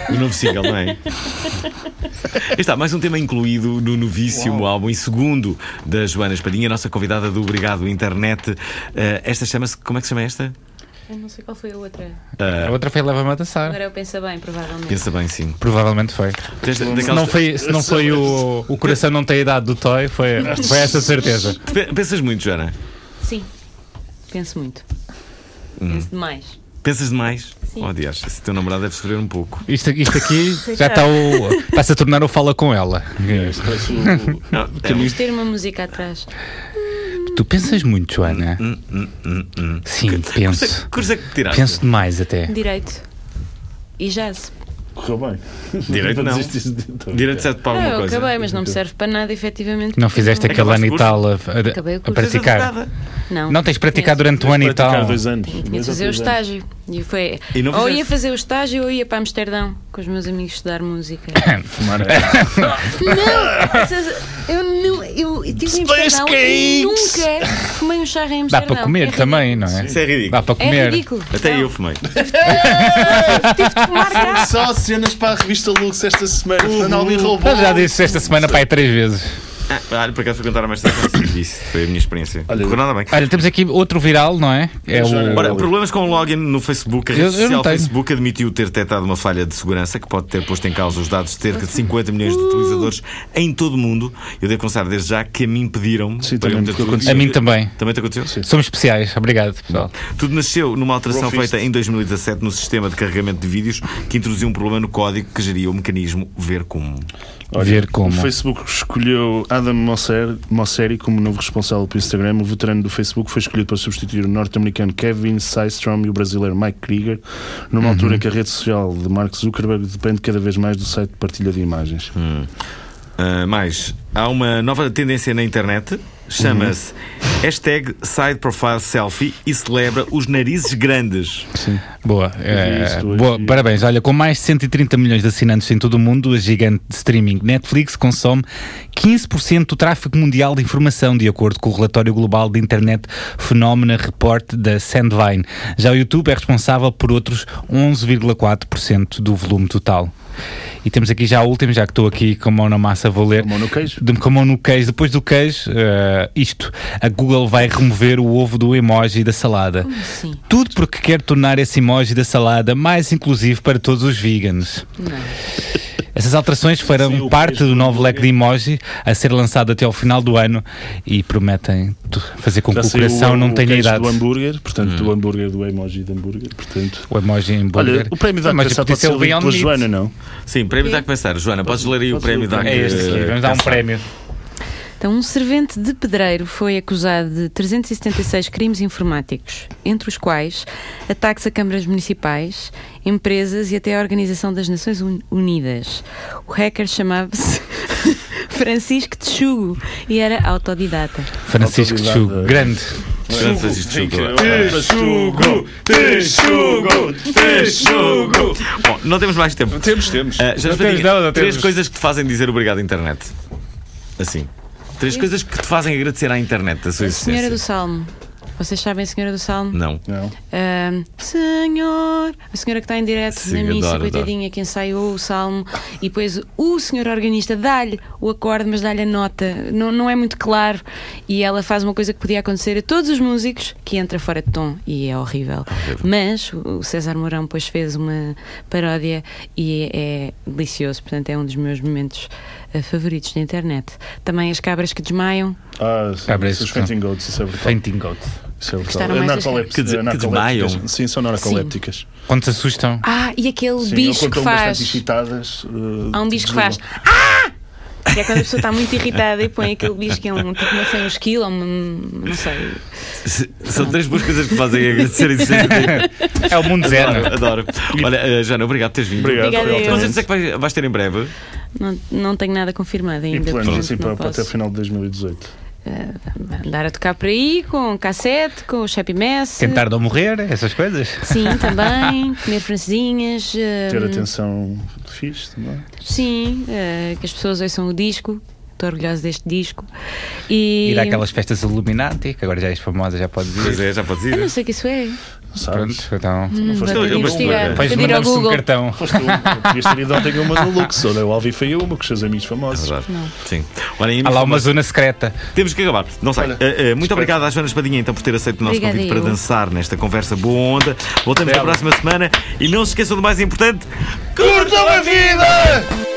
A: O novo single, não é? Aí Está mais um tema incluído no novíssimo álbum e segundo da Joana Espadinha, nossa convidada do Obrigado Internet. Eh, esta chama-se. Como é que se chama esta? Eh,
D: Eu não sei qual foi a outra.
B: A outra foi Leva-me a dançar.
D: Agora eu penso bem, provavelmente.
A: Pensa bem, sim.
B: Provavelmente foi.
A: Tens da-
B: Se
A: daquelas-
B: não foi, se não foi o, o coração não tem a idade do Toy, foi, foi essa de certeza.
A: Pe- Pensas muito, Joana?
D: Sim. Penso muito.
C: Hum.
D: Penso demais.
A: Pensas demais?
D: Sim.
A: Oh, Deus, esse teu namorado deve sofrer um pouco.
B: Isto, isto aqui já está o. Está-se a tornar o Fala com ela.
C: Parece o- o-
A: Não, é,
D: Vamos ter uma música atrás.
B: Tu pensas muito, Joana? Sim,
A: curso,
B: penso.
A: é- curso é que tiraste?
B: Penso demais até.
D: Direito. E jazz.
C: Correu bem.
A: Direito não.
C: Desiste disso. Então,
A: Direito certo para
D: Ah,
A: alguma
D: eu
A: coisa.
D: acabei, mas não me serve para nada, efetivamente.
B: Não
D: porque
B: fizeste
D: não-
A: Acabaste o
B: aquele ano e
A: curso?
B: tal a, a-
D: Acabei o
B: a
D: curso.
A: Mas é és
B: praticar.
A: advogada.
D: Não.
B: Não tens praticado durante um ano e
C: Praticar
B: tal.
C: dois anos.
D: Tinha que fazer o estágio. E foi.
A: E não
D: ou
A: fizeste?
D: ia fazer o estágio ou ia para Amsterdão com os meus amigos estudar música.
B: é.
D: não! essas- Eu não. Eu estive em
B: Space
D: Amsterdão e nunca tomei um charro em
B: Dá
D: Amsterdão.
B: para
D: É
B: comer
D: ri-
B: também, não é?
A: Isso é
B: Dá
A: ridículo.
B: para
D: É
B: comer.
D: ridículo.
A: Até
D: Não,
A: eu fumei.
D: Tomar cá.
C: Só cenas para a revista Lux esta semana. Fernando Alvim roubou.
B: Eu já disse esta semana, pai, três vezes.
A: Ah, olha, por acaso fui contar a mais tarde mas disse. Foi a minha experiência. Não Correu nada bem.
B: Olha, temos aqui outro viral, não é? É o.
A: Ora, problemas com o login no Facebook. A rede
B: Eu- eu não
A: social
B: tenho.
A: Facebook admitiu ter detectado uma falha de segurança que pode ter posto em causa os dados de cerca de 50 milhões de utilizadores em todo o mundo. Eu devo confessar desde já que a mim pediram.
C: Sim,
A: para eu
C: também,
A: ter
C: porque
A: tudo
C: aconteceu.
B: A mim
A: isso.
B: também.
A: Também te aconteceu? Sim.
B: Somos especiais, obrigado, pessoal.
A: Tudo nasceu numa alteração
C: Profist.
A: feita em 2017 no sistema de carregamento de vídeos que introduziu um problema no código que geria o mecanismo ver como.
B: Ver como. é?
C: O Facebook escolheu Adam Mosseri, Mosseri como novo responsável pelo Instagram. O veterano do Facebook foi escolhido para substituir o norte-americano Kevin Systrom e o brasileiro Mike Krieger, numa
B: Uhum.
C: altura em que a rede social de Mark Zuckerberg depende cada vez mais do site de partilha de imagens.
B: Hum,
A: Ah, mais, há uma nova tendência na internet, chama-se
B: Uhum.
A: hashtag side profile selfie e celebra os narizes grandes.
B: Boa, eh,
C: isso hoje.
B: boa, parabéns. Olha, com mais de 130 milhões de assinantes em todo o mundo, a gigante de streaming Netflix consome 15% do tráfego mundial de informação, de acordo com o relatório global de Internet Phenomena Report da Sandvine. Já o YouTube é responsável por outros 11,4% do volume total. E temos aqui já a última, já que estou aqui com a mão na massa, vou ler.
C: Com a mão no queijo.
B: De, com a mão no queijo. Depois do queijo, eh, isto. A Google vai remover o ovo do emoji da salada.
D: Sim.
B: Tudo porque quer tornar esse emoji da salada mais inclusivo para todos os vegans.
D: Não.
B: Essas alterações farão
C: Sim, o
B: parte
C: peixe
B: do
C: do
B: novo leque de emoji a ser lançado até ao final do ano e prometem t- fazer com que
C: Já
B: o
C: saiu
B: coração não tenha
C: queijo
B: idade. Hum.
C: do hambúrguer, portanto, do hambúrguer, do emoji de hambúrguer. Portanto,
B: O emoji em
C: olha,
B: burger.
C: o prémio da
B: Mas
C: Atenção
B: podia
C: pode
B: ser o
C: ser lido
B: Beyond
C: pela
B: Meat.
C: Joana, não?
A: Sim, prémio está a começar. Joana, podes ler aí o prémio da
B: É este
C: Eh,
B: aqui, vamos dar um prémio.
D: Então, um servente de pedreiro foi acusado de 376 crimes informáticos, entre os quais ataques a câmaras municipais, empresas e até a Organização das Nações Un- Unidas. O hacker chamava-se Francisco Tchugo e era autodidata.
B: Francisco
C: Autoridade.
B: Chugo, grande.
C: Texugo, texugo, texugo.
A: Bom, não temos mais tempo.
C: Temos, temos.
A: Ah, já
B: Não
A: te
B: temos
A: digo,
B: nada, não
A: três
B: temos.
A: coisas que te fazem dizer obrigado à internet. Assim. Três coisas que te fazem agradecer à internet da sua
D: Senhora
A: existência.
D: do Salmo. Vocês sabem a Senhora do Salmo?
A: Não.
C: Não.
D: Ahm, Senhor, a senhora que está em direto
A: Sim,
D: na missa,
A: adoro,
D: coitadinha, que ensaiou o salmo e depois o senhor organista dá-lhe o acorde, mas dá-lhe a nota, não, não é muito claro. E ela faz uma coisa que podia acontecer a todos os músicos, que entra fora de tom e é horrível. Mas o o César Mourão, pois, fez uma paródia e é, é delicioso, portanto, é um dos meus momentos eh, favoritos da internet. Também as cabras que desmaiam,
C: Ah, sim.
B: Cabra, isso
C: Os fainting goats, isso é brutal.
B: Fainting goat.
C: Isso é brutal.
D: Gostaram mais das
C: Narcolépticas,
A: Que de- que
C: narcolépticas.
A: desmaiam.
C: Sim, são narcolépticas.
B: Quando se assustam.
D: ah, e aquele
C: Sim,
D: bicho
C: ou quando
D: que
C: estão bastante eh,
D: faz.
C: excitadas.
D: Há um bicho que faz. Ah! E é quando a pessoa está muito irritada e põe aquele bicho que é um tipo, não sei, um esquilo, ou um, não sei.
A: S- São três boas coisas que te fazem agradecer à existência da internet.
B: É o mundo zero.
A: Adoro, adoro. Olha, eh, Joana, obrigado por teres vindo.
C: Obrigado,
D: Obrigada,
C: foi altamente.
D: eu.
A: Mas antes é que vais, vais ter em breve.
D: Não, não tenho nada confirmado
C: E
D: ainda.
C: planos
D: portanto,
C: assim
D: não
C: para, para até o
D: posso.
C: final de 2018.
D: Andar a tocar por aí com cassete, com o Chappy Mess.
B: Tentar não morrer, essas coisas.
D: Sim, também. Comer francesinhas. eh,
C: Ter atenção fixe é? também.
D: Sim, eh, que as pessoas ouçam o disco. Estou orgulhosa deste disco. E.
B: Ir àquelas festas Illuminati, que agora já és famosa, já podes ir.
A: Pois é, já podes
D: Eu não
A: ir.
D: sei o que isso é.
C: sabes?
B: Pronto, então.
C: Não foste
A: Então,
C: tu.
A: eu-
D: Vou investigar.
B: Depois
D: Hum. Vou pedir ao
B: mandamos-te um
D: Google.
B: cartão.
C: Foste tu. Podias ter ido ontem a uma no Lux, ou da né? Alvi foi uma com os seus amigos famosos.
A: Verdade. Sim. Olha,
B: Há lá uma zona secreta.
A: Temos que acabar. Não sei.
C: Olha,
A: Eh, eh, muito obrigado à Joana Espadinha então por ter aceito o nosso
D: Obrigada
A: convite para
D: eu.
A: dançar nesta conversa boa onda. Voltamos na
C: Bela.
A: próxima semana e não se esqueçam do mais importante.
C: Curtam a vida!